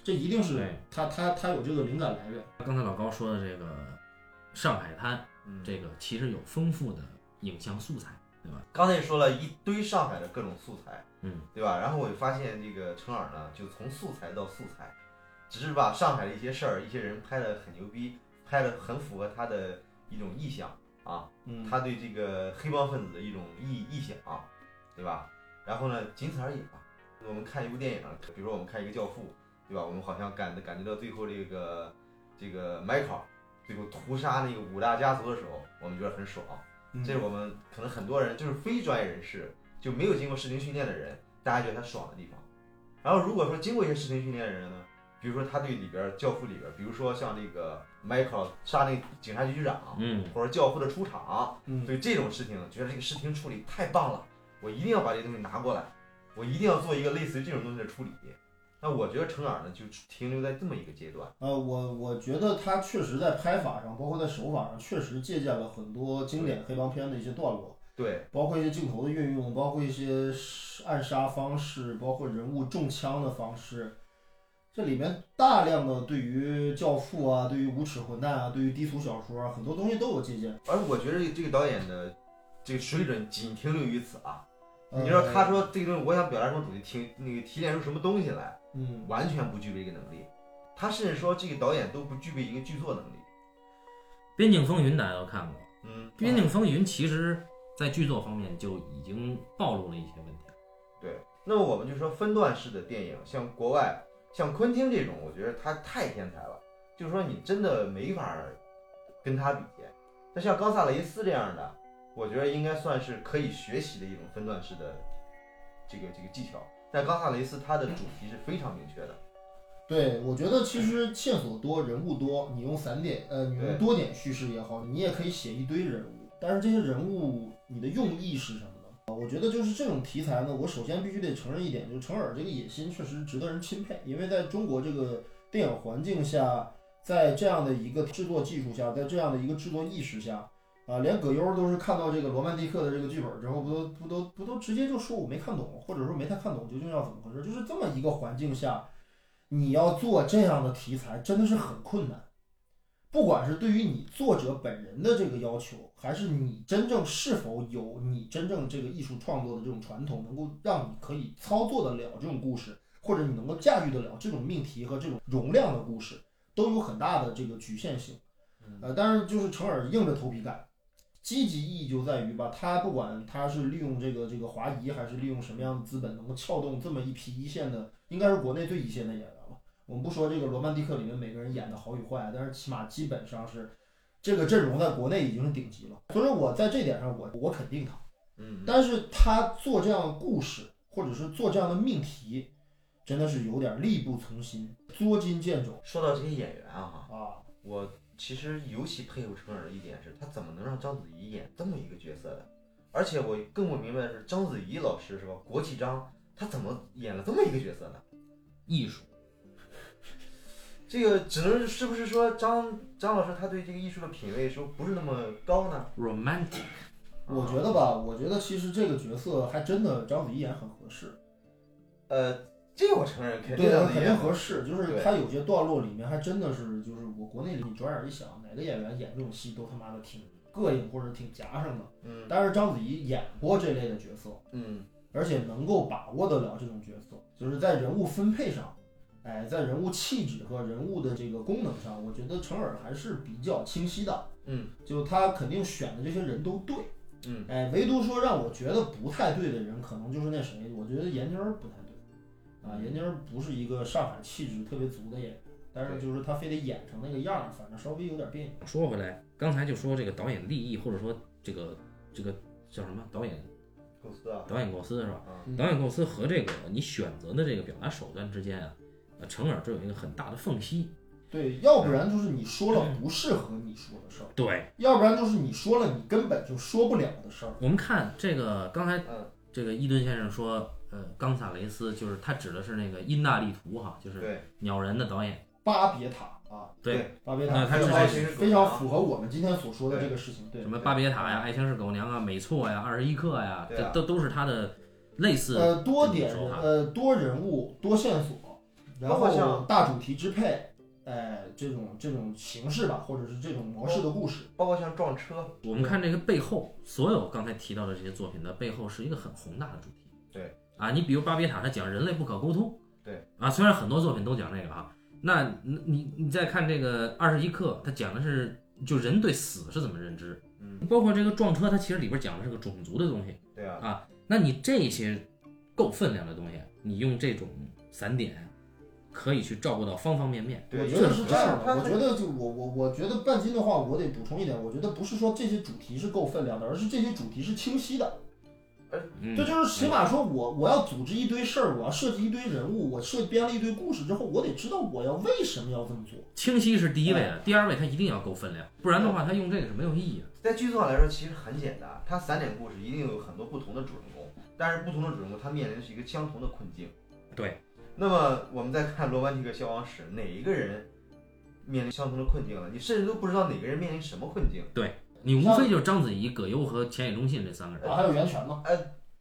这一定是对他他他有这个灵感来源。刚才老高说的这个上海滩，嗯，这个其实有丰富的影像素材，对吧？刚才也说了一堆上海的各种素材，嗯，对吧？然后我就发现这个陈耳呢，就从素材到素材，只是把上海的一些事儿、一些人拍的很牛逼，拍的很符合他的一种意向啊，嗯他对这个黑帮分子的一种意意向啊，对吧？然后呢，仅此而已吧。我们看一部电影，比如说我们看一个《教父》，对吧？我们好像感感觉到最后这个这个 Michael 最后屠杀那个五大家族的时候，我们觉得很爽。嗯这是我们可能很多人就是非专业人士，就没有经过视听训练的人，大家觉得他爽的地方。然后如果说经过一些视听训练的人呢，比如说他对里边儿《教父》里边儿，比如说像这个 Michael 杀那警察局局长，嗯，或者《教父》的出场，嗯对这种事情觉得这个视听处理太棒了，我一定要把这东西拿过来，我一定要做一个类似于这种东西的处理。那我觉得程耳呢，就停留在这么一个阶段。呃，我我觉得他确实在拍法上，包括在手法上，确实借鉴了很多经典黑帮片的一些段落，对，包括一些镜头的运用，包括一些暗杀方式，包括人物中枪的方式。这里面大量的对于《教父》啊，对于无耻混蛋啊，对于低俗小说啊，很多东西都有借鉴。而我觉得这个导演的这个水准仅停留于此啊。呃、你知道他，说这个东西，我想表达什么主题，提那个提炼出什么东西来，嗯，完全不具备这个能力。他甚至说这个导演都不具备一个剧作能力。 《边境风云》大家都看过，嗯《边境风云》其实在剧作方面就已经暴露了一些问题了。那么我们就说分段式的电影，像国外，像昆汀这种，我觉得他太天才了，就是说你真的没法儿跟他比。那像冈萨雷斯这样的，我觉得应该算是可以学习的一种分段式的这个这个技巧。但冈萨雷斯他的主题是非常明确的，对，我觉得其实线索多，人物多，你用散点，呃，你对用多点叙事也好，你也可以写一堆人物，但是这些人物你的用意是什么呢？啊我觉得就是这种题材呢，我首先必须得承认一点，就是程耳这个野心确实值得人钦佩，因为在中国这个电影环境下，在这样的一个制作技术下，在这样的一个制作意识下。啊，连葛优都是看到这个罗曼蒂克的这个剧本之后，不都不都不都直接就说我没看懂，或者说没太看懂究竟要怎么回事，就是这么一个环境下，你要做这样的题材真的是很困难，不管是对于你作者本人的这个要求，还是你真正是否有你真正这个艺术创作的这种传统，能够让你可以操作得了这种故事，或者你能够驾驭得了这种命题和这种容量的故事，都有很大的这个局限性。呃，当然就是程耳硬着头皮干，积极意义就在于吧，他不管他是利用这个这个华谊，还是利用什么样的资本，能够撬动这么一批一线的，应该是国内最一线的演员了。我们不说这个《罗曼蒂克》里面每个人演的好与坏，啊但是起码基本上是这个阵容在国内已经是顶级了。所以说我在这点上我我肯定他，嗯，但是他做这样的故事，或者是做这样的命题，真的是有点力不从心，捉襟见肘说到这些演员啊，啊。我其实尤其佩服程耳的一点是，他怎么能让章子怡演这么一个角色的？而且我更不明白的是，章子怡老师是吧？国际章，他怎么演了这么一个角色呢？艺术，这个只能是不是说张张老师他对这个艺术的品味说不是那么高呢？啊 romantic，我觉得吧，我觉得其实这个角色还真的章子怡演很合适，呃，这个我承认，肯定对，章子怡肯定演合适。就是对他有些段落里面还真的是，就是我国内你转眼一想，哪个演员演这种戏都他妈的挺膈应或者挺夹生的。嗯但是章子怡演过这类的角色，嗯而且能够把握得了这种角色，就是在人物分配上，哎，在人物气质和人物的这个功能上，我觉得成尔还是比较清晰的。嗯，就他肯定选的这些人都对。嗯，哎，唯独说让我觉得不太对的人，可能就是那谁，我觉得闫妮儿不太对。啊，闫妮儿不是一个上海气质特别足的演员，但是就是她非得演成那个样儿，反正稍微有点别扭。说回来，刚才就说这个导演利益，或者说这个这个叫什么导演公司啊，导演构思是吧？啊，嗯导演构思和这个你选择的这个表达手段之间啊，呃，成尔这有一个很大的缝隙。对，要不然就是你说了不适合你说的事儿，对，要不然就是你说了你根本就说不了的事儿。我们看这个刚才嗯这个伊顿先生说，呃，冈萨雷斯就是他指的是那个因纳利图哈，就是对鸟人的导演。巴别塔啊，对，巴别那他塔，这之个前是非常符合我们今天所说的这个事情。对什，么巴别塔呀、爱情是狗娘啊、美错呀、二十一克呀，对这啊都都是他的类似。呃，多这种点手法呃多人物多线索，然包括像后大主题支配，哎，这种这种形式吧，或者是这种模式的故事。包括像撞车，我们看这个背后，所有刚才提到的这些作品的背后是一个很宏大的主题。对啊，你比如巴别塔，它讲人类不可沟通。对啊，虽然很多作品都讲这个啊，那你你你再看这个二十一课，它讲的是就人对死是怎么认知，嗯，包括这个撞车，它其实里边讲的是个种族的东西。对啊，那你这些够分量的东西，你用这种散点，可以去照顾到方方面面。对，我觉得是这样他的，我觉得就我我我觉得半斤的话，我得补充一点，我觉得不是说这些主题是够分量的，而是这些主题是清晰的。嗯，这就是起码说我我要组织一堆事儿，我要设计一堆人物，我设编了一堆故事之后，我得知道我要为什么要这么做。清晰是第一位的，第二位它一定要够分量，不然的话，它用这个是没有意义的。在剧作上来说，其实很简单，它散点故事一定有很多不同的主人公，但是不同的主人公他面临的是一个相同的困境。对。那么我们再看《罗曼蒂克消亡史》，哪一个人面临相同的困境了？你甚至都不知道哪个人面临什么困境。你无非就是章子怡、葛优和浅野忠信这三个人啊，。还有源泉嘛？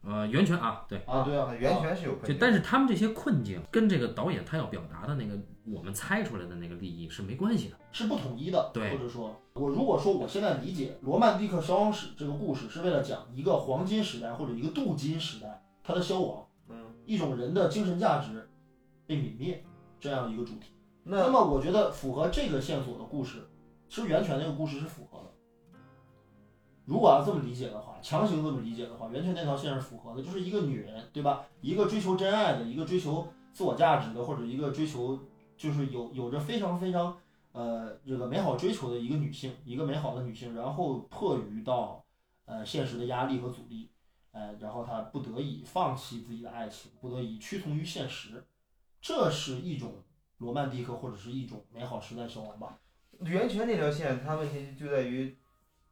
呃，源泉啊，对，啊，对啊，源泉是有困就境，但是他们这些困境跟这个导演他要表达的那个我们猜出来的那个利益是没关系的。是不统一的。对或者说，我如果说我现在理解《罗曼蒂克消亡史》这个故事是为了讲一个黄金时代或者一个镀金时代它的消亡，嗯，一种人的精神价值被泯灭这样一个主题。那那么我觉得符合这个线索的故事，其实源泉那个故事是符合的。如果要这么理解的话，强行这么理解的话，源泉那条线是符合的，就是一个女人，对吧？一个追求真爱的，一个追求自我价值的，或者一个追求就是有有着非常非常呃这个美好追求的一个女性，一个美好的女性，然后迫于到呃现实的压力和阻力，呃，然后她不得已放弃自己的爱情，不得已屈从于现实，这是一种罗曼蒂克或者是一种美好时代消亡吧。源泉那条线，它问题就在于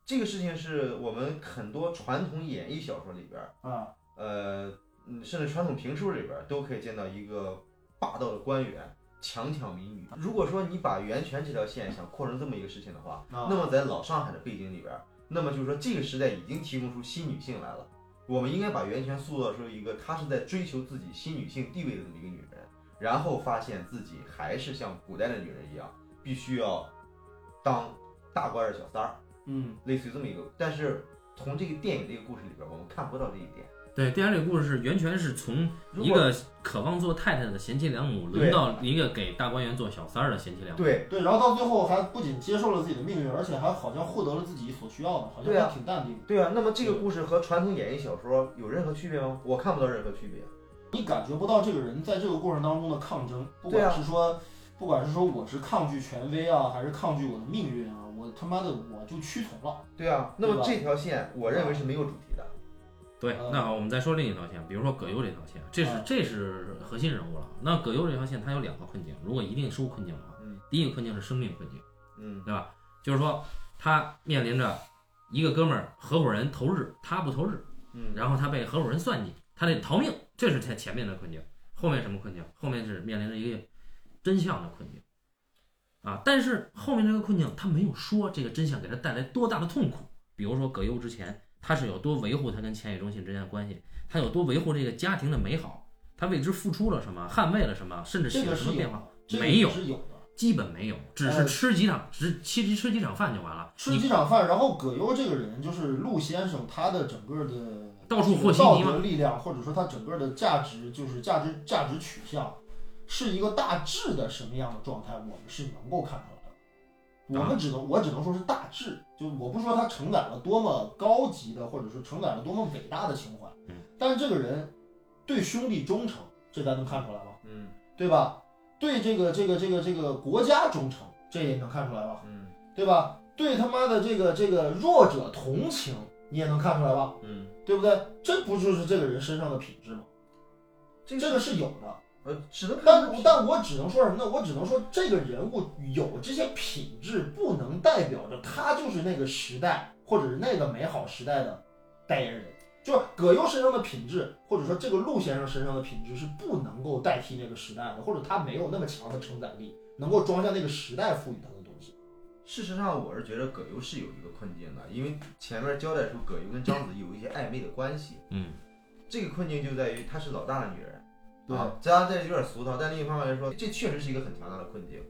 这个事情是我们很多传统演义小说里边儿，啊，呃，嗯甚至传统评书里边儿都可以见到一个霸道的官员强抢民女。如果说你把源泉这条线想扩成这么一个事情的话，那那么在老上海的背景里边儿，那么就是说这个时代已经提供出新女性来了。我们应该把袁泉塑造出一个她是在追求自己新女性地位的这么一个女人，然后发现自己还是像古代的女人一样，必须要当大官儿小三儿，嗯，类似于这么一个。但是从这个电影这个故事里边儿，我们看不到这一点。对，电影里的故事是源泉是从如一果个渴望做太太的贤妻良母，轮对到一个给大观园做小三儿的贤妻良母。对对，然后到最后还不仅接受了自己的命运，而且还好像获得了自己所需要的，好像对啊还挺淡定的。对啊，那么这个故事和传统演义小说有任何区别吗？我看不到任何区别。你感觉不到这个人在这个过程当中的抗争，不对啊管是说，不管是说我是抗拒权威啊，还是抗拒我的命运啊，我他妈的我就屈从了。对啊，那对么吧这条线我认为是没有主题的。对，啊嗯那好，我们再说另一条线，比如说葛优这条线，这是嗯这是核心人物了。那葛优这条线，它有两个困境，如果一定收困境的话，嗯第一个困境是生命困境，嗯就是说他面临着一个哥们儿合伙人投日，他不投日，嗯，然后他被合伙人算计，他得逃命，这是他前面的困境。后面什么困境？后面是面临着一个真相的困境啊！但是后面这个困境他没有说这个真相给他带来多大的痛苦。比如说葛优之前他是有多维护他跟钱野忠信之间的关系，他有多维护这个家庭的美好，他为之付出了什么，捍卫了什么，甚至这起个了什么是有变化，的，这个没有是有的。基本没有，只是呃吃几场，只吃吃几场饭就完了。吃你几场饭，然后葛优这个人就是陆先生，他的整个的到处和稀道泥嘛德力量，或者说他整个的价值，就是价值价值取向，是一个大致的什么样的状态，我们是能够看出来的。我啊们只能，我只能说是大致，就是我不说他承载了多么高级的，或者说承载了多么伟大的情怀嗯，但是这个人对兄弟忠诚，这咱能看出来吗？嗯对吧？对这个这个这个这个国家忠诚，这也能看出来吧？嗯对吧？对他妈的这个这个弱者同情，你也能看出来吧？嗯，对不对？这不就是这个人身上的品质吗？这这个是有的，呃，只能看但但我只能说什么呢？我只能说这个人物有这些品质，不能代表着他就是那个时代或者是那个美好时代的代言人。就是葛优身上的品质，或者说这个陆先生身上的品质是不能够代替那个时代的，或者他没有那么强的承载力，能够装下那个时代赋予他的东西。事实上，我是觉得葛优是有一个困境的，因为前面交代出葛优跟章子怡有一些暧昧的关系，嗯，这个困境就在于她是老大的女人，对啊，加上这有点俗套，但另一方面来说，这确实是一个很强大的困境，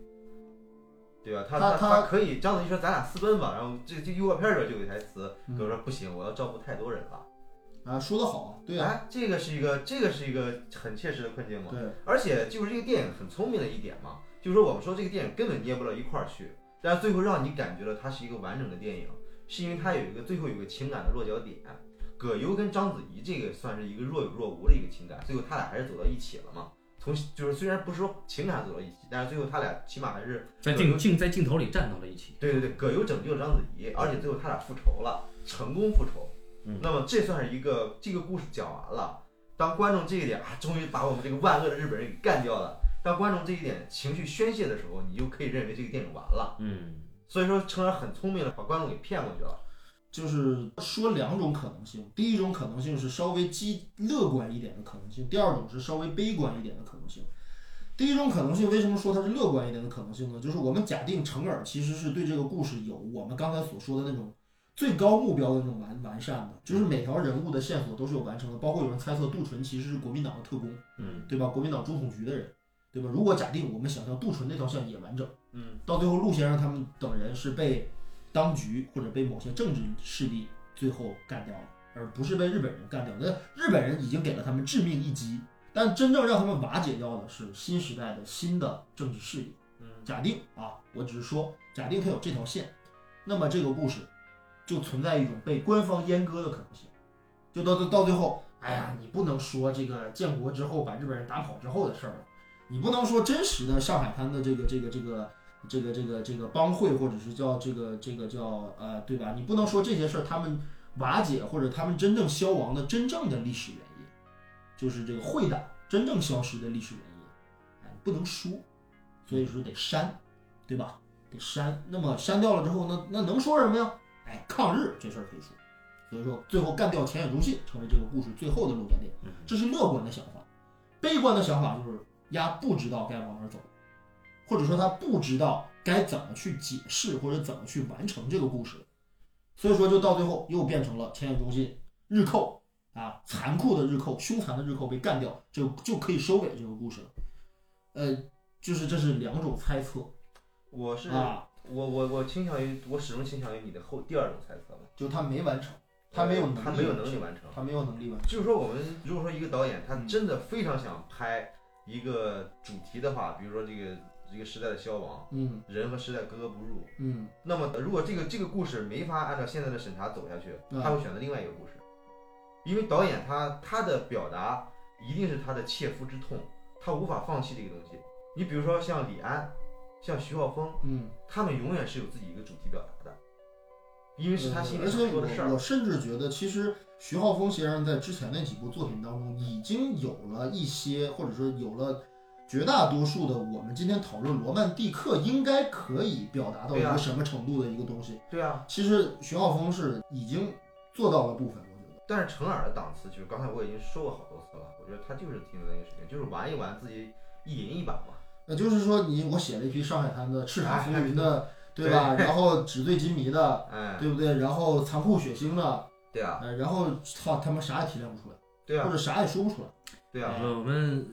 对吧？他他他他可以章子怡说咱俩私奔吧，然后这这预告片里边就有一台词，嗯葛优说不行，我要照顾太多人了，啊，说得好，对啊，哎，这个是一个这个是一个很切实的困境嘛，对，而且就是这个电影很聪明的一点嘛，就是说我们说这个电影根本捏不到一块儿去，但是最后让你感觉到它是一个完整的电影，是因为它有一个最后有一个情感的落脚点。葛优跟章子怡这个算是一个若有若无的一个情感，最后他俩还是走到一起了嘛。从就是虽然不是说情感走到一起，但是最后他俩起码还是在镜镜在镜头里站到了一起。对对对，葛优拯救了章子怡，而且最后他俩复仇了，成功复仇。嗯那么这算是一个这个故事讲完了。当观众这一点啊，终于把我们这个万恶的日本人给干掉了。当观众这一点情绪宣泄的时候，你就可以认为这个电影完了。嗯，所以说，成人很聪明的把观众给骗过去了。就是说两种可能性，第一种可能性是稍微积乐观一点的可能性，第二种是稍微悲观一点的可能性。第一种可能性，为什么说它是乐观一点的可能性呢？就是我们假定成尔其实是对这个故事有我们刚才所说的那种最高目标的那种完完善的，就是每条人物的线索都是有完成的，包括有人猜测杜淳其实是国民党的特工，嗯，对吧？国民党中统局的人，对吧？如果假定我们想象杜淳那条线也完整。嗯到最后，陆先生他们等人是被当局或者被某些政治势力最后干掉了，而不是被日本人干掉。那日本人已经给了他们致命一击，但真正让他们瓦解掉的是新时代的新的政治势力。嗯假定啊，我只是说，假定他有这条线，那么这个故事就存在一种被官方阉割的可能性。就到到到最后，哎呀，你不能说这个建国之后把日本人打跑之后的事儿了，你不能说真实的上海滩的这个这个这个这个这个这个帮会或者是叫这个这个叫呃对吧？你不能说这些事儿他们瓦解或者他们真正消亡的真正的历史原因，就是这个会党真正消失的历史原因，哎，不能说。所以说得删，对吧？得删。那么删掉了之后，那那能说什么呀？哎，抗日这事儿可以说。所以说，最后干掉前野忠信，成为这个故事最后的落脚点嗯。这是乐观的想法，悲观的想法就是鸭不知道该往哪儿走，或者说他不知道该怎么去解释或者怎么去完成这个故事。所以说，就到最后又变成了前野忠信日寇啊，残酷的日寇，凶残的日寇被干掉，就就可以收尾这个故事了。呃，就是这是两种猜测我是、啊，我我我倾向于我始终倾向于你的后第二种猜测嘛，就他没完成，他没有能力，呃他没有能力，完成。他没有能力完成。就是说，我们如果说一个导演他嗯真的非常想拍一个主题的话，比如说这个这个时代的消亡，嗯人和时代格格不入。嗯，那么，如果这个这个故事没法按照现在的审查走下去，嗯他会选择另外一个故事，因为导演他他的表达一定是他的切肤之痛，他无法放弃这个东西。你比如说像李安，像徐浩峰，嗯，他们永远是有自己一个主题表达的，因为是他心里而想且说的事我儿我。甚至觉得，其实徐浩峰先生在之前那几部作品当中，已经有了一些，或者说有了绝大多数的我们今天讨论罗曼蒂克应该可以表达到一对啊个什么程度的一个东西。对啊，其实徐浩峰是已经做到了部分，我觉得。但是成耳的档次，就是刚才我已经说过好多次了，我觉得他就是停留在那个水平，就是玩一玩自己一银一把嘛。那就是说你，我写了一批上海滩的叱哎咤风云的，对吧？对然后纸醉金迷的，哎，对不对？然后残酷血腥的，对啊，呃，然后操他妈啥也提炼不出来，对或啊，者啥也说不出来对啊，我们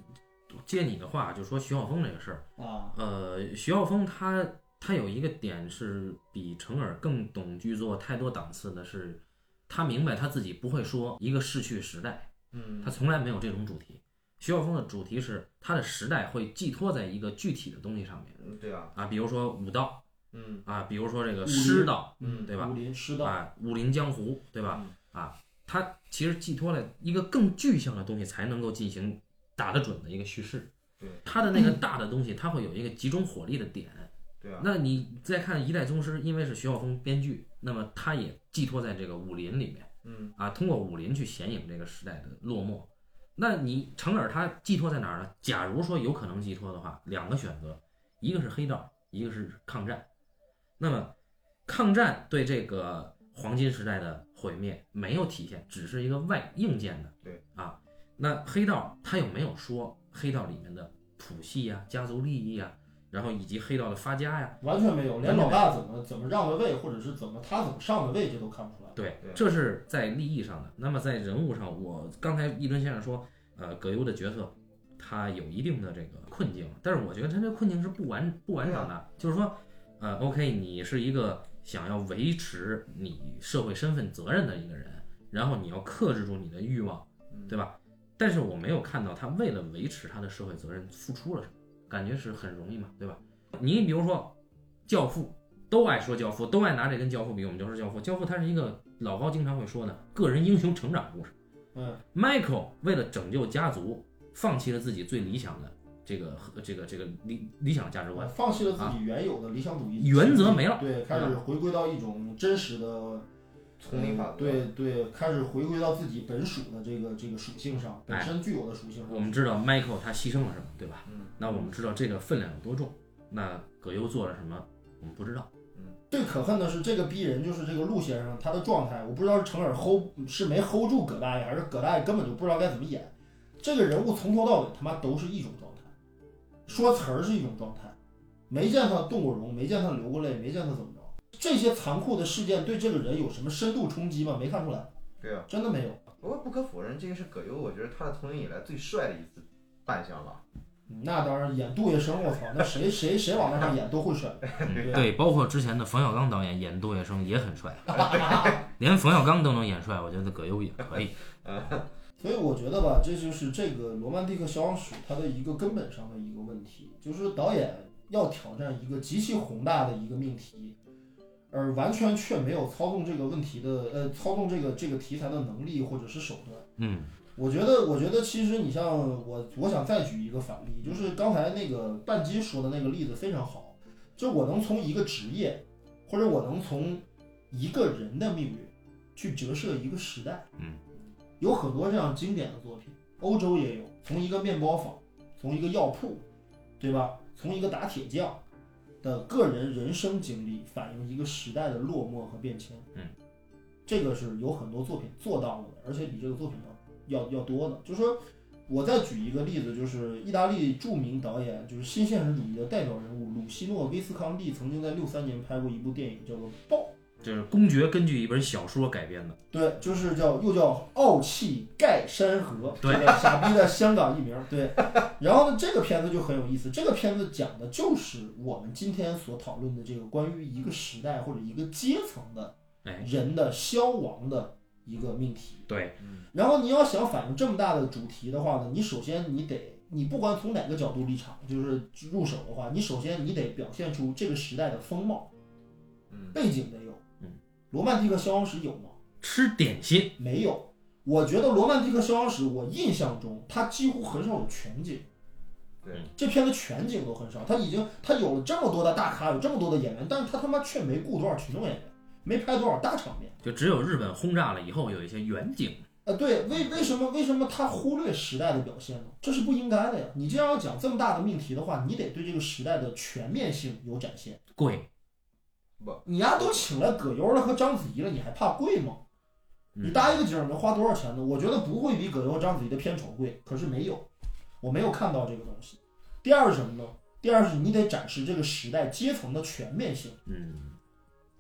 借你的话，就说徐浩峰这个事儿。啊。呃，徐浩峰他他有一个点是比成尔更懂剧作太多档次的是，他明白他自己不会说一个逝去时代，嗯他，从来没有这种主题。徐晓峰的主题是他的时代会寄托在一个具体的东西上面嗯，对啊，啊，比如说武道嗯啊，比如说这武个林诗道嗯对吧武林师道，啊，武林江湖，对吧？？啊它其实寄托了一个更具象的东西，才能够进行打得准的一个叙事。对它的那个大的东西，它会有一个集中火力的点。对啊，那你再看《一代宗师》，因为是徐浩峰编剧，那么他也寄托在这个武林里面嗯啊，通过武林去显影这个时代的落寞。那你成尔他寄托在哪儿呢？假如说有可能寄托的话，两个选择，一个是黑道，一个是抗战。那么，抗战对这个黄金时代的毁灭没有体现，只是一个外硬件的。对啊，那黑道他有没有说黑道里面的谱系呀、家族利益呀，然后以及黑道的发家呀？完全没有，连老大怎么怎么让的位，或者是怎么他怎么上的位，这都看不出来。对对，这是在利益上的。那么在人物上，我刚才一吨先生说，呃，葛优的角色他有一定的这个困境，但是我觉得他这困境是不完不完整的，就是说，呃，OK，你是一个想要维持你社会身份责任的一个人，然后你要克制住你的欲望，嗯对吧？但是我没有看到他为了维持他的社会责任付出了什么，感觉是很容易嘛，对吧？你比如说《教父》，都爱说《教父》，都爱拿这跟《教父》比，我们就说《教父》。《教父》它是一个老高经常会说的个人英雄成长故事。嗯， Michael 为了拯救家族，放弃了自己最理想的这个这个这个理理想价值观。放弃了自己原有的理想主义啊原则没了对，开始回归到一种真实的呃丛林嗯法则，对对，开始回归到自己本属的这个这个属性上，本身具有的属性上。哎我们知道 Michael 他牺牲了什么，对吧？嗯，那我们知道这个分量有多重，那葛优做了什么，我们不知道。最可恨的是，这个逼人就是这个陆先生，他的状态，我不知道是成尔 hold 是没 hold 住葛大爷，还是葛大爷根本就不知道该怎么演。这个人物从头到尾他妈都是一种状态，说词儿是一种状态，没见他动过容，没见他流过泪，没见他怎么着。这些残酷的事件对这个人有什么深度冲击吗？没看出来，对啊。真的没有。不过不可否认，这个是葛优，我觉得他的从影以来最帅的一次扮相了。嗯那当然，演杜月笙，我操，那谁谁谁往那上演都会甩。 对对，包括之前的冯小刚导演演杜月笙也很帅，连冯小刚都能演帅，我觉得葛优也可 以。所以我觉得吧，这就是这个《罗曼蒂克消亡史》它的一个根本上的一个问题，就是导演要挑战一个极其宏大的一个命题，而完全却没有操纵这个问题的呃操纵这个这个题材的能力或者是手段。嗯。我觉得，我觉得其实你像我，我想再举一个反例，就是刚才那个半斤说的那个例子非常好，就我能从一个职业，或者我能从一个人的命运去折射一个时代。嗯，有很多这样经典的作品，欧洲也有，从一个面包坊，从一个药铺，对吧？从一个打铁匠的个人人生经历，反映一个时代的落寞和变迁。嗯，这个是有很多作品做到了的，而且比这个作品要。要要多的。就说我再举一个例子，就是意大利著名导演，就是新现实主义的代表人物鲁西诺·威斯康蒂，曾经在六三年拍过一部电影，叫做《暴》，就是公爵根据一本小说改编的，对，就是叫又叫傲气盖山河，对这个傻逼的香港艺名，对。然后呢，这个片子就很有意思，这个片子讲的就是我们今天所讨论的这个关于一个时代或者一个阶层的哎，人的消亡的一个命题。对，嗯然后你要想反映这么大的主题的话呢，你首先你得，你不管从哪个角度立场，就是入手的话，你首先你得表现出这个时代的风貌，嗯背景得有。嗯，罗曼蒂克消亡史有吗？吃点心，没有。我觉得罗曼蒂克消亡史，我印象中它几乎很少有全景。对，这片的全景都很少，它已经它有了这么多的大咖，有这么多的演员，但是它他妈却没雇多少群众演员，没拍多少大场面。就只有日本轰炸了以后有一些远景，呃，对，为为什么为什么他忽略时代的表现呢？这是不应该的呀！你这样要讲这么大的命题的话，你得对这个时代的全面性有展现。贵，你丫都请来葛优了和章子怡了，你还怕贵吗？你嗯，搭一个景儿能花多少钱呢？我觉得不会比葛优、章子怡的片酬贵，可是没有，我没有看到这个东西。第二是什么呢？第二是你得展示这个时代阶层的全面性。嗯，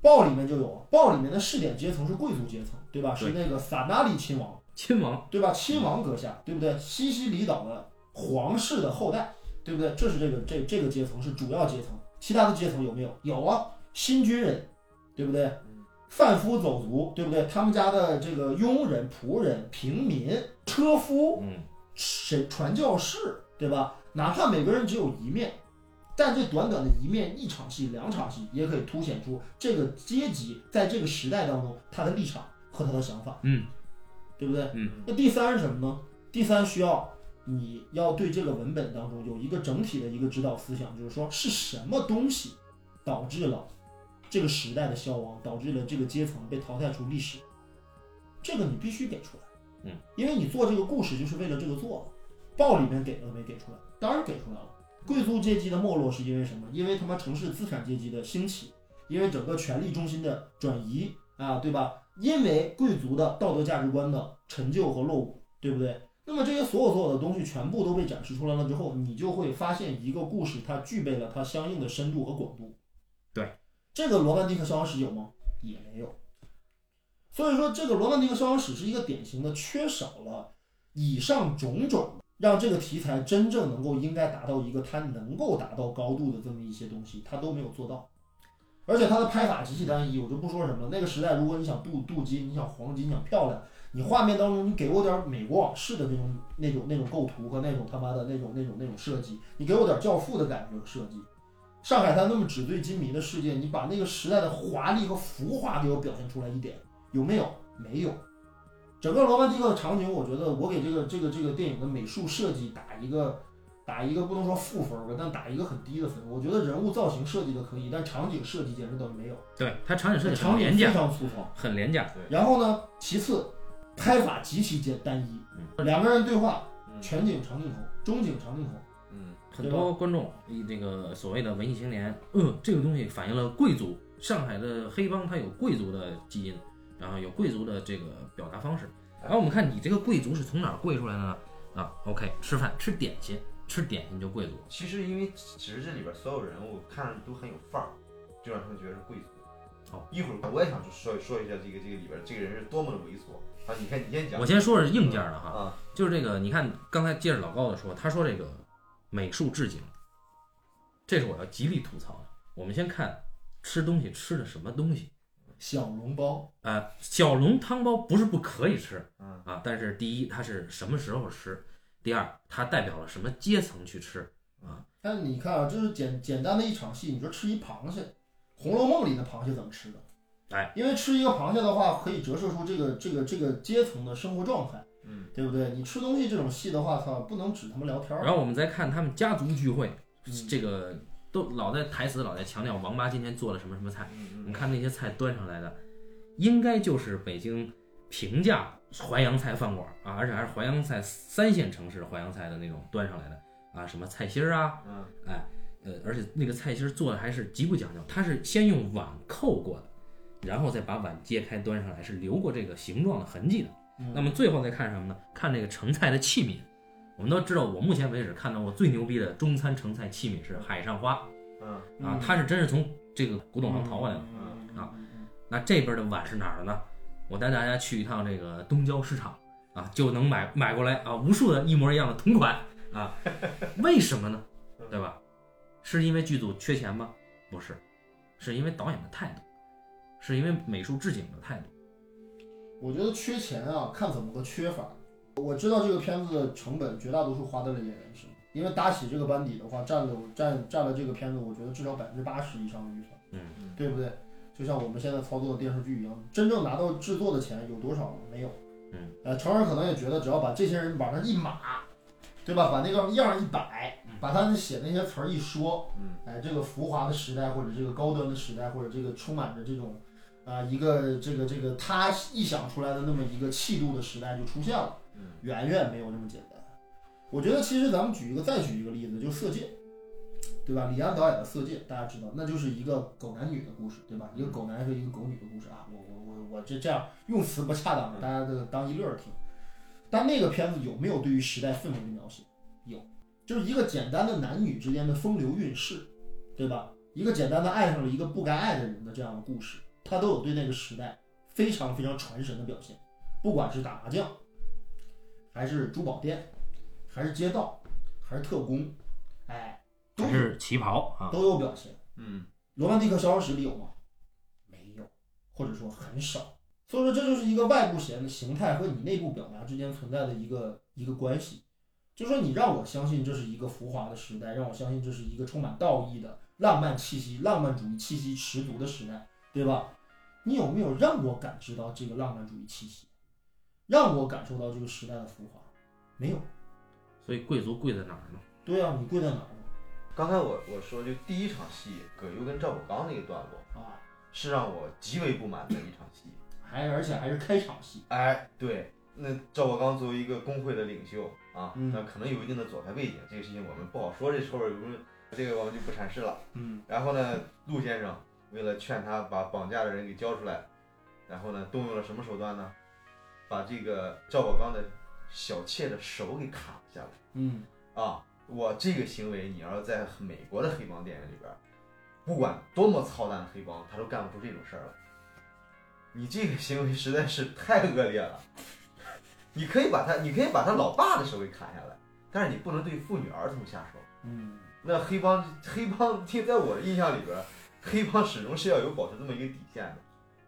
报里面就有啊，报里面的试点阶层是贵族阶层，对吧？是那个撒纳利亲王。亲王，对吧？亲王阁下，对不对？西西里岛的皇室的后代，对不对？这是这个这这个阶层是主要阶层，其他的阶层有没有？有啊，新军人，对不对嗯？贩夫走卒，对不对？他们家的这个佣人、仆人、平民、车夫，嗯，谁传教士，对吧？哪怕每个人只有一面，但这短短的一面，一场戏、两场戏，也可以凸显出这个阶级在这个时代当中他的立场和他的想法，嗯，对不对？嗯那第三是什么呢？第三需要你要对这个文本当中有一个整体的一个指导思想，就是说是什么东西导致了这个时代的消亡，导致了这个阶层被淘汰出历史，这个你必须给出来，嗯，因为你做这个故事就是为了这个做的，报里面给了没给出来？当然给出来了。贵族阶级的没落是因为什么？因为他妈城市资产阶级的兴起，因为整个权力中心的转移啊，对吧？因为贵族的道德价值观的陈旧和落伍，对不对？那么这些所有所有的东西全部都被展示出来了之后，你就会发现一个故事它具备了它相应的深度和广度。对，这个《罗曼蒂克消亡史》有吗？也没有。所以说，这个《罗曼蒂克消亡史》是一个典型的缺少了以上种种，让这个题材真正能够应该达到一个它能够达到高度的这么一些东西，它都没有做到。而且它的拍法极其单一，我就不说什么了。那个时代，如果你想镀镀金，你想黄金，你想漂亮，你画面当中你给我点美国往事的那种、那种、那种构图和那种他妈的那种、那种、那种设计，你给我点教父的感觉和设计。上海滩那么纸醉金迷的世界，你把那个时代的华丽和浮华给我表现出来一点，有没有？没有。整个罗曼蒂克的场景，我觉得我给这个这个这个电影的美术设计打一个打一个不能说负分吧，但打一个很低的分。我觉得人物造型设计的可以，但场景设计简直等于没有，对，它场景设计场很廉景非价，常粗糙。很廉价。然后呢，其次，拍法极其简单一，嗯两个人对话，嗯全景长镜头、中景长镜头，嗯很多观众以这个所谓的文艺青年，嗯，这个东西反映了贵族，上海的黑帮它有贵族的基因，然后有贵族的这个表达方式。然后我们看你这个贵族是从哪儿贵出来的呢？啊，OK，吃饭吃点心，吃点心就贵族。其实因为只是这里边所有人物看着都很有范儿，就让他们觉得是贵族。哦，一会儿我也想说说一下这个这个里边这个人是多么的猥琐啊！你看你先讲我先说是硬件的哈，啊，就是这个，你看刚才接着老高的说，他说这个美术置景，这是我要极力吐槽的。我们先看吃东西吃的什么东西。小笼包，呃，小笼汤包不是不可以吃，嗯啊，但是第一，它是什么时候吃；第二，它代表了什么阶层去吃。但你看啊，就是简简单的一场戏，你说吃一螃蟹，《红楼梦》里的螃蟹怎么吃的？哎，因为吃一个螃蟹的话，可以折射出这个这个这个阶层的生活状态，嗯，对不对？你吃东西这种戏的话，操，不能只他妈聊天儿。然后我们再看他们家族聚会，嗯这个都老在台词老在强调王八今天做了什么什么菜。嗯你嗯看那些菜端上来的，应该就是北京平价淮扬菜饭馆啊，而且还是淮扬菜三线城市淮扬菜的那种端上来的啊，什么菜心儿啊，嗯呃，而且那个菜心儿做的还是极不讲究，它是先用碗扣过的，然后再把碗揭开端上来，是留过这个形状的痕迹的。嗯那么最后再看什么呢？看这个盛菜的器皿。我们都知道，我目前为止看到过最牛逼的中餐盛菜器皿是海上花嗯啊，它是真是从这个古古董行淘过来的。啊，那这边的碗是哪儿的呢？我带大家去一趟这个东郊市场啊，就能买买过来啊，无数的一模一样的同款 啊，为什么呢？嗯对吧？是因为剧组缺钱吗？不是，是因为导演的态度，是因为美术置景的态度。我觉得缺钱啊，看怎么个缺法。我知道这个片子的成本绝大多数花在了演员身上，因为搭起这个班底的话，占了占占了这个片子，我觉得至少百分之八十以上的预算，嗯对不对？就像我们现在操作的电视剧一样，真正拿到制作的钱有多少？没有。嗯，呃，成人可能也觉得，只要把这些人往上一码，对吧？把那个样儿一摆，嗯把他们写那些词儿一说，嗯哎，这个浮华的时代，或者这个高端的时代，或者这个充满着这种，啊、一个这个这个他臆想出来的那么一个气度的时代就出现了，嗯远远没有那么简单。我觉得其实咱们举一个再举一个例子，就是《色戒》，对吧？李安导演的《色戒》，大家知道，那就是一个狗男女的故事，对吧？一个狗男和一个狗女的故事啊，我我我我这这样用词不恰当，大家这个当一乐儿听。但那个片子有没有对于时代氛围的描写？有，就是一个简单的男女之间的风流韵事，对吧？一个简单的爱上了一个不该爱的人的这样的故事，他都有对那个时代非常非常传神的表现，不管是打麻将，还是珠宝店，还是街道，还是特工，哎，都还有是旗袍啊，都有表现。嗯《罗曼蒂克消亡史》里有吗？没有，或者说很少。所以说，这就是一个外部显的形态和你内部表达之间存在的一个一个关系。就说你让我相信这是一个浮华的时代，让我相信这是一个充满道义的浪漫气息、浪漫主义气息十足的时代，对吧？你有没有让我感知到这个浪漫主义气息，让我感受到这个时代的浮华？没有。所以贵族贵在哪儿呢？对啊，你跪在哪儿呢？刚才我我说就第一场戏，葛优跟赵宝刚那个段落，啊，是让我极为不满的一场戏。还而且还是开场戏，哎，对，那赵宝刚作为一个工会的领袖啊，嗯那可能有一定的左派背景，这个事情我们不好说，这时候我们这个我们就不阐释了。嗯，然后呢，陆先生为了劝他把绑架的人给交出来，然后呢，动用了什么手段呢？把这个赵宝刚的小妾的手给砍了下来。嗯，啊，我这个行为，你要是在美国的黑帮电影里边儿，不管多么操蛋的黑帮，他都干不出这种事儿来。你这个行为实在是太恶劣了。你可以把他，你可以把他老爸的手给砍下来，但是你不能对妇女儿童下手。嗯，那黑帮，黑帮，在我的印象里边儿，黑帮始终是要有保持这么一个底线的。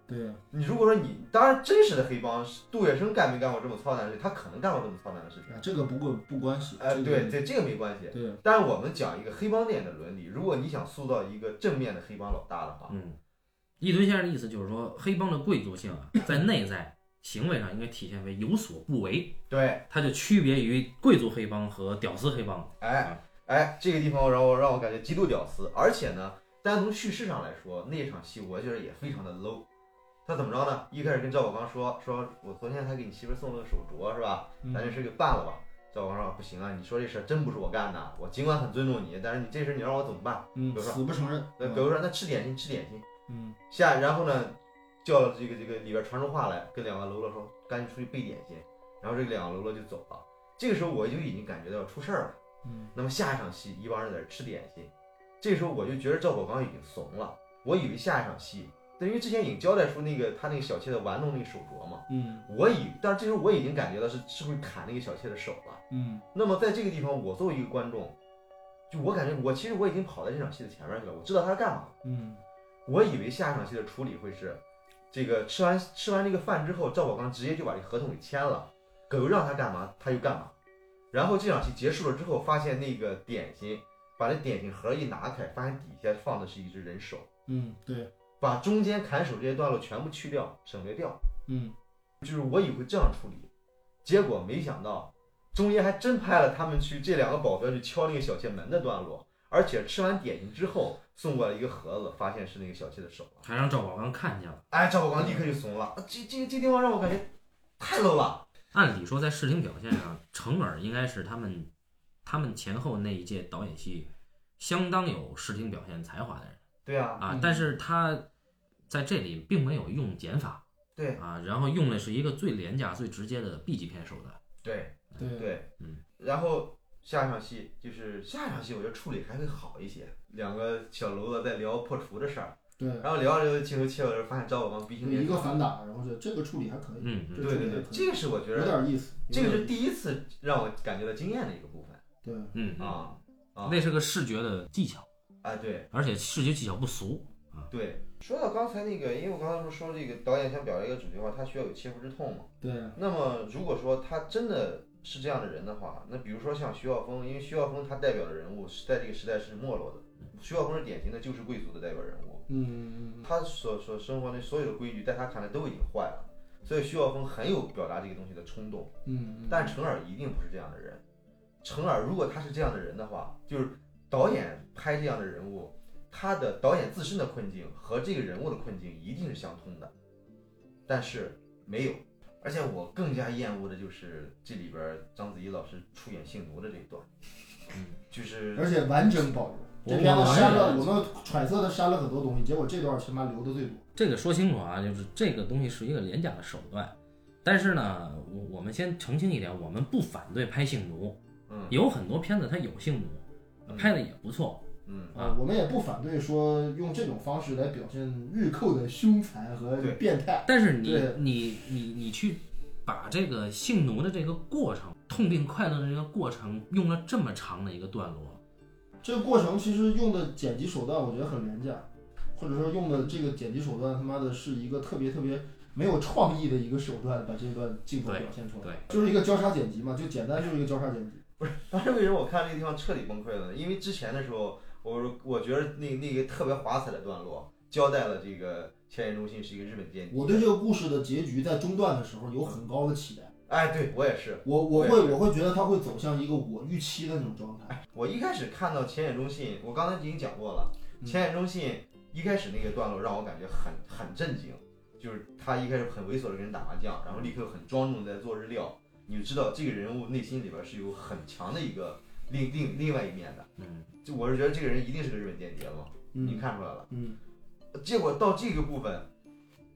对啊，你如果说你，当然真实的黑帮，杜月笙干没干过这么操蛋的事？他可能干过这么操蛋的事情。啊这个不过不关系，哎、这个对，这这个没关系。对，但是我们讲一个黑帮电影的伦理，如果你想塑造一个正面的黑帮老大的话，嗯，一吨先生的意思就是说，黑帮的贵族性啊，在内在行为上应该体现为有所不为，对，它就区别于贵族黑帮和屌丝黑帮。嗯哎哎，这个地方让我让我感觉极度屌丝，而且呢，单从叙事上来说，那场戏我觉得也非常的 low。他怎么着呢？一开始跟赵宝刚说说，我昨天才给你媳妇儿送了个手镯，是吧？咱这嗯事给办了吧。赵宝刚说不行啊，你说这事儿真不是我干的，我尽管很尊重你，但是你这事儿你让我怎么办？嗯，比如说死不承认，啊那比如说，那吃点心，吃点心。嗯，下，然后呢，叫了这个这个里边传出话来，跟两个喽啰说，赶紧出去备点心。然后这两个喽啰就走了。这个时候我就已经感觉到出事儿了。嗯，那么下一场戏，一帮人在这吃点心，这时候我就觉得赵宝刚已经怂了。我以为下一场戏，对，因为之前已经交代出那个他那个小妾的玩弄那个手镯嘛，嗯，我以，但是这时候我已经感觉到是是不是砍那个小妾的手了。嗯，那么在这个地方，我作为一个观众，就我感觉我其实我已经跑在这场戏的前面去了，我知道他是干嘛的。嗯，我以为下一场戏的处理会是，这个吃完吃完这个饭之后，赵宝刚直接就把这合同给签了，葛优让他干嘛他就干嘛。然后这场戏结束了之后，发现那个点心，把那点心盒一拿开，发现底下放的是一只人手，嗯，对，把中间砍手这些段落全部去掉，省略掉，嗯，就是我以为这样处理，结果没想到中间还真拍了他们去这两个保镖去敲那个小妾门的段落，而且吃完点心之后送过来一个盒子，发现是那个小妾的手了。还让赵宝刚看见了。哎，赵宝刚立刻就怂了，这这这地方让我感觉太 low 了。按理说，在视听表现上，程耳应该是他们他们前后那一届导演系相当有视听表现才华的人对啊，啊嗯，但是他在这里并没有用减法对啊，然后用的是一个最廉价、最直接的 B 级片手段。对对，对，嗯。然后下一场戏就是下一场戏，我觉得处理还会好一些。两个小喽啰在聊破除的事儿，对，然后聊着聊着镜头切过来，发现赵宝刚鼻青有一脸个肿。反打，然后这这个处理还可以，嗯，嗯这对对对，这个是我觉有得点意思，这个有是点第一次让我感觉到惊艳的一个部分对，嗯嗯，啊啊！那是个视觉的技巧，哎对，而且视觉技巧不俗。对，说到刚才那个，因为我刚才不是说这个导演想表达一个主题的话，他需要有切肤之痛嘛。对，那么如果说他真的是这样的人的话，那比如说像徐浩峰，因为徐浩峰他代表的人物是在这个时代是没落的，徐浩峰是典型的旧式贵族的代表人物，嗯，他所所生活的所有的规矩，在他看来都已经坏了，所以徐浩峰很有表达这个东西的冲动。嗯，但程耳一定不是这样的人。程耳如果他是这样的人的话，就是导演拍这样的人物，他的导演自身的困境和这个人物的困境一定是相通的，但是没有。而且我更加厌恶的就是这里边儿章子怡老师出演性奴的这一 段，嗯，就是而且完整保留。这片子删了，我们揣测他删了很多东西，结果这段起码留的最多。这个说清楚啊，就是这个东西是一个廉价的手段。但是呢，我我们先澄清一点，我们不反对拍性奴，嗯有很多片子它有性奴，嗯拍的也不错。嗯 啊，我们也不反对说用这种方式来表现日寇的凶残和变态。但是你对你你你去把这个性奴的这个过程，痛并快乐的这个过程，用了这么长的一个段落，这个过程其实用的剪辑手段，我觉得很廉价，或者说用的这个剪辑手段，他妈的是一个特别特别没有创意的一个手段，把这段镜头表现出来，对，就是一个交叉剪辑嘛，就简单就是一个交叉剪辑。当时为什么我看这个地方彻底崩溃了呢？因为之前的时候，我我觉得那那个特别华彩的段落交代了这个千叶中心是一个日本间谍。我对这个故事的结局在中段的时候有很高的期待，哎，对我也是，我我我会也是哎我会觉得它会走向一个我预期的那种状态。我一开始看到浅野忠信，我刚才已经讲过了，嗯浅野忠信一开始那个段落让我感觉很很震惊，就是他一开始很猥琐的跟人打麻将，然后立刻很庄重的在做日料，你就知道这个人物内心里边是有很强的一个另另另外一面的，嗯，就我是觉得这个人一定是个日本间谍嘛，你嗯看出来了。嗯结果到这个部分，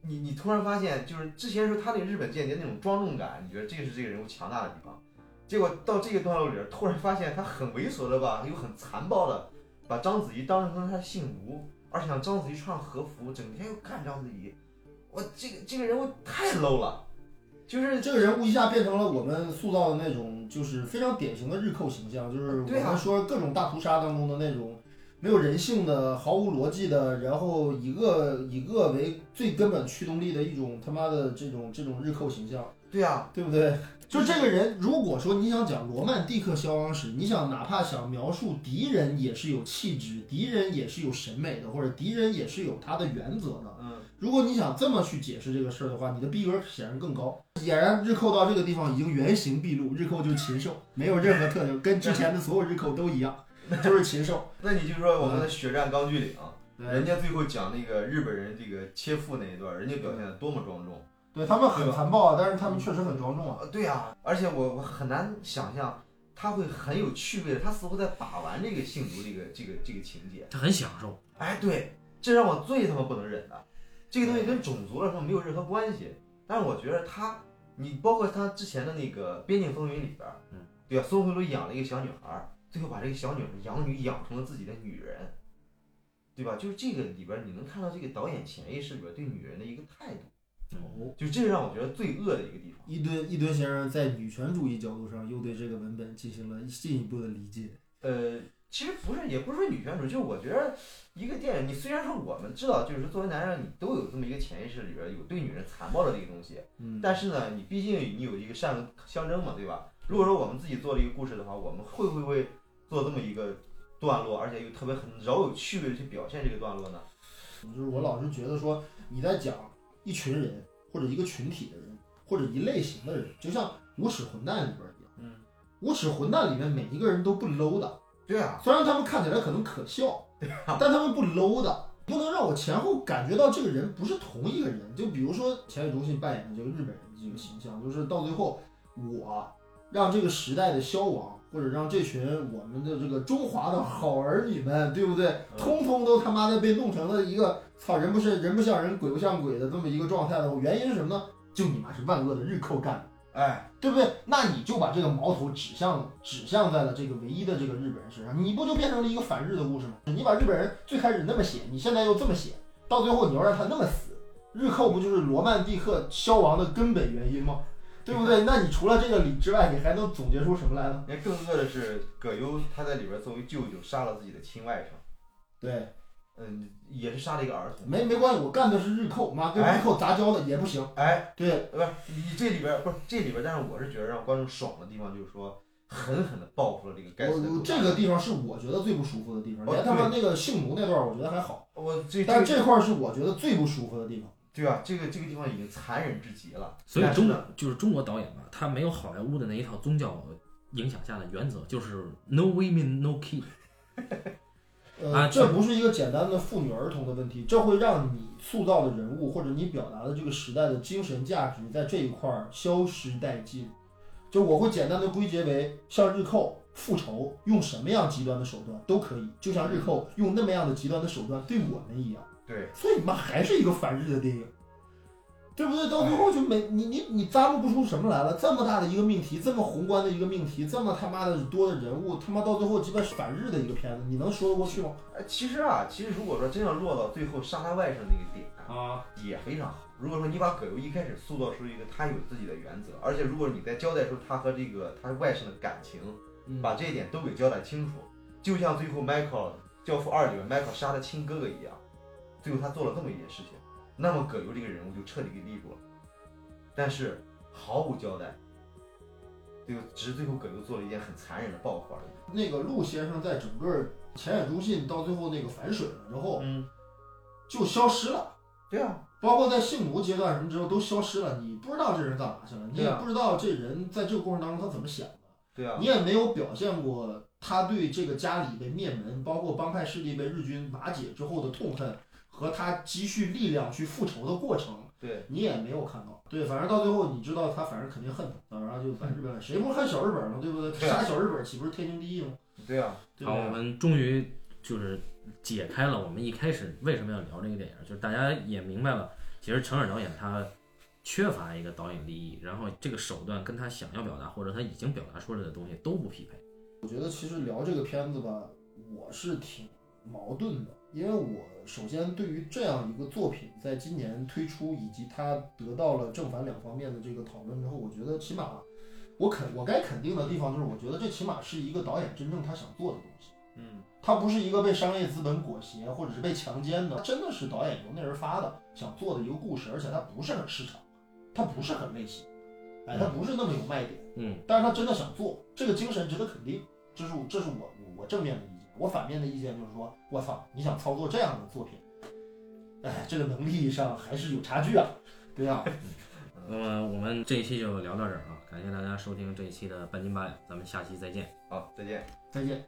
你你突然发现，就是之前说他那日本间谍那种庄重感，你觉得这是这个人物强大的地方。结果到这个段落里，突然发现他很猥琐的吧，又很残暴的把章子怡当成他的信奴，而且让章子怡穿和服，整天又看章子怡。我这个这个人物太 low 了，就是这个人物一下变成了我们塑造的那种，就是非常典型的日寇形象，就是我对啊们说各种大屠杀当中的那种没有人性的、毫无逻辑的，然后以恶以恶为最根本驱动力的一种他妈的这种这种日寇形象，对啊，对不对？就这个人，如果说你想讲罗曼蒂克消亡史，你想哪怕想描述敌人也是有气质，敌人也是有审美的，或者敌人也是有他的原则的，嗯，如果你想这么去解释这个事儿的话，你的逼格显然更高。显然，日寇到这个地方已经原形毕露，日寇就是禽兽，没有任何特征，跟之前的所有日寇都一样，就是禽 兽。那你就说我们的血战钢锯岭，人对，家最后讲那个日本人这个切腹那一段，人家表现的多么庄重。对他们很残暴，啊但是他们确实很庄重啊。呃，对啊，而且我我很难想象他会很有趣味的，他似乎在把玩这个性奴这个这个这个情节。他很享受，哎，对，这让我最他妈不能忍的。这个东西跟种族来说没有任何关系，但是我觉得他，你包括他之前的那个《边境风云》里边儿，嗯对吧、孙回炉养了一个小女孩儿，最后把这个小女孩养女养成了自己的女人，对吧？就是这个里边儿你能看到这个导演潜意识里边儿对女人的一个态度，嗯哦，就这是让我觉得最恶的一个地方。一吨一吨先生在女权主义角度上又对这个文本进行了进一步的理解。呃，其实不是，也不是说女权主义，就是我觉得一个电影，你虽然说我们知道，就是作为男人，你都有这么一个潜意识里边有对女人残暴的这个东西，嗯，但是呢，你毕竟你有一个善恶象征嘛，对吧？如果说我们自己做了一个故事的话，我们会不会做这么一个段落，而且又特别很饶有趣味的去表现这个段落呢？就是我老是觉得说你在讲一群人或者一个群体的人或者一类型的人，就像《无耻混蛋》里边儿一样，嗯，无耻混蛋》里面每一个人都不 low 的，对啊，虽然他们看起来可能可笑，但他们不 low 的，不能让我前后感觉到这个人不是同一个人。就比如说钱宇中信扮演的这个日本人这个形象，就是到最后我让这个时代的消亡，或者让这群我们的这个中华的好儿女们，对不对？通通都他妈的被弄成了一个操人不是人不像人鬼不像鬼的这么一个状态了。原因是什么呢？就你妈是万恶的日寇干的。哎，对不对？那你就把这个矛头指向指向在了这个唯一的这个日本人身上，你不就变成了一个反日的故事吗？你把日本人最开始那么写，你现在又这么写，到最后你要让他那么死，日寇不就是罗曼蒂克消亡的根本原因吗？对不对？那你除了这个理之外，你还能总结出什么来呢？那更恶的是葛优他在里边作为舅舅杀了自己的亲外甥，对，嗯，也是杀了一个儿童。没没关系，我干的是日寇，妈跟日寇杂交的也不行。哎，对，不是你这里边儿不是这里边儿，但是我是觉得让观众爽的地方就是说，狠狠的报复了这个该死的我毒这个地方是我觉得最不舒服的地方，哦连他妈那个性奴那段我觉得还好，我这但是这这块儿是我觉得最不舒服的地方。对吧？这个这个地方已经残忍至极了。所以但是中呢就是中国导演吧，他没有好莱坞的那一套宗教影响下的原则，就是 no women no kid。啊呃，这这不是一个简单的妇女儿童的问题，这会让你塑造的人物或者你表达的这个时代的精神价值在这一块儿消失殆尽。就我会简单的归结为，像日寇复仇用什么样极端的手段都可以，就像日寇用那么样的极端的手段对我们一样。对，所以你妈还是一个反日的电影，对不对？到最后就没你你你咂摸不出什么来了。这么大的一个命题，这么宏观的一个命题，这么他妈的多的人物，他妈到最后鸡巴是反日的一个片子，你能说得过去吗？哎，其实啊，其实如果说真要落到最后杀他外甥那个点，啊，也非常好。如果说你把葛优一开始塑造出一个他有自己的原则，而且如果你在交代出他和这个他外甥的感情，嗯把这一点都给交代清楚，就像最后 Michael 教父二里面 Michael 杀他亲哥哥一样，最后他做了这么一件事情，那么葛优这个人物就彻底给立住了，但是毫无交代，最后只是最后葛优做了一件很残忍的报复而已。那个陆先生在整个前野朱信到最后那个反水了之后嗯，就消失了，对啊，包括在性奴阶段什么之后都消失了，你不知道这人干嘛去了，你对也啊不知道这人在这个过程当中他怎么想的，对啊你，也没有表现过他对这个家里被灭门，包括帮派势力被日军瓦解之后的痛恨和他积蓄力量去复仇的过程。对，你也没有看到，对，反正到最后你知道他，反正肯定恨他，然后就把日本人，谁不恨小日本呢，对不对？对啊杀小日本岂不是天经地义吗？对啊，对不好，对？我们终于就是解开了我们一开始为什么要聊这个电影，就是大家也明白了，其实程耳导演他缺乏一个导演利益，然后这个手段跟他想要表达或者他已经表达出来的东西都不匹配。我觉得其实聊这个片子吧，我是挺矛盾的，因为我首先对于这样一个作品在今年推出，以及它得到了正反两方面的这个讨论之后，我觉得起码我肯我该肯定的地方就是，我觉得这起码是一个导演真正他想做的东西。嗯，它不是一个被商业资本裹挟或者是被强奸的，它真的是导演由内而发的想做的一个故事，而且它不是很市场，它不是很类型，哎，它不是那么有卖点。嗯，但是他真的想做，这个精神值得肯定。这是我这是我我我正面的意见，我反面的意见就是说，我操，你想操作这样的作品，哎，这个能力上还是有差距啊，对啊，那么我们这一期就聊到这儿啊，感谢大家收听这一期的半斤八两，咱们下期再见。好，再见。再见。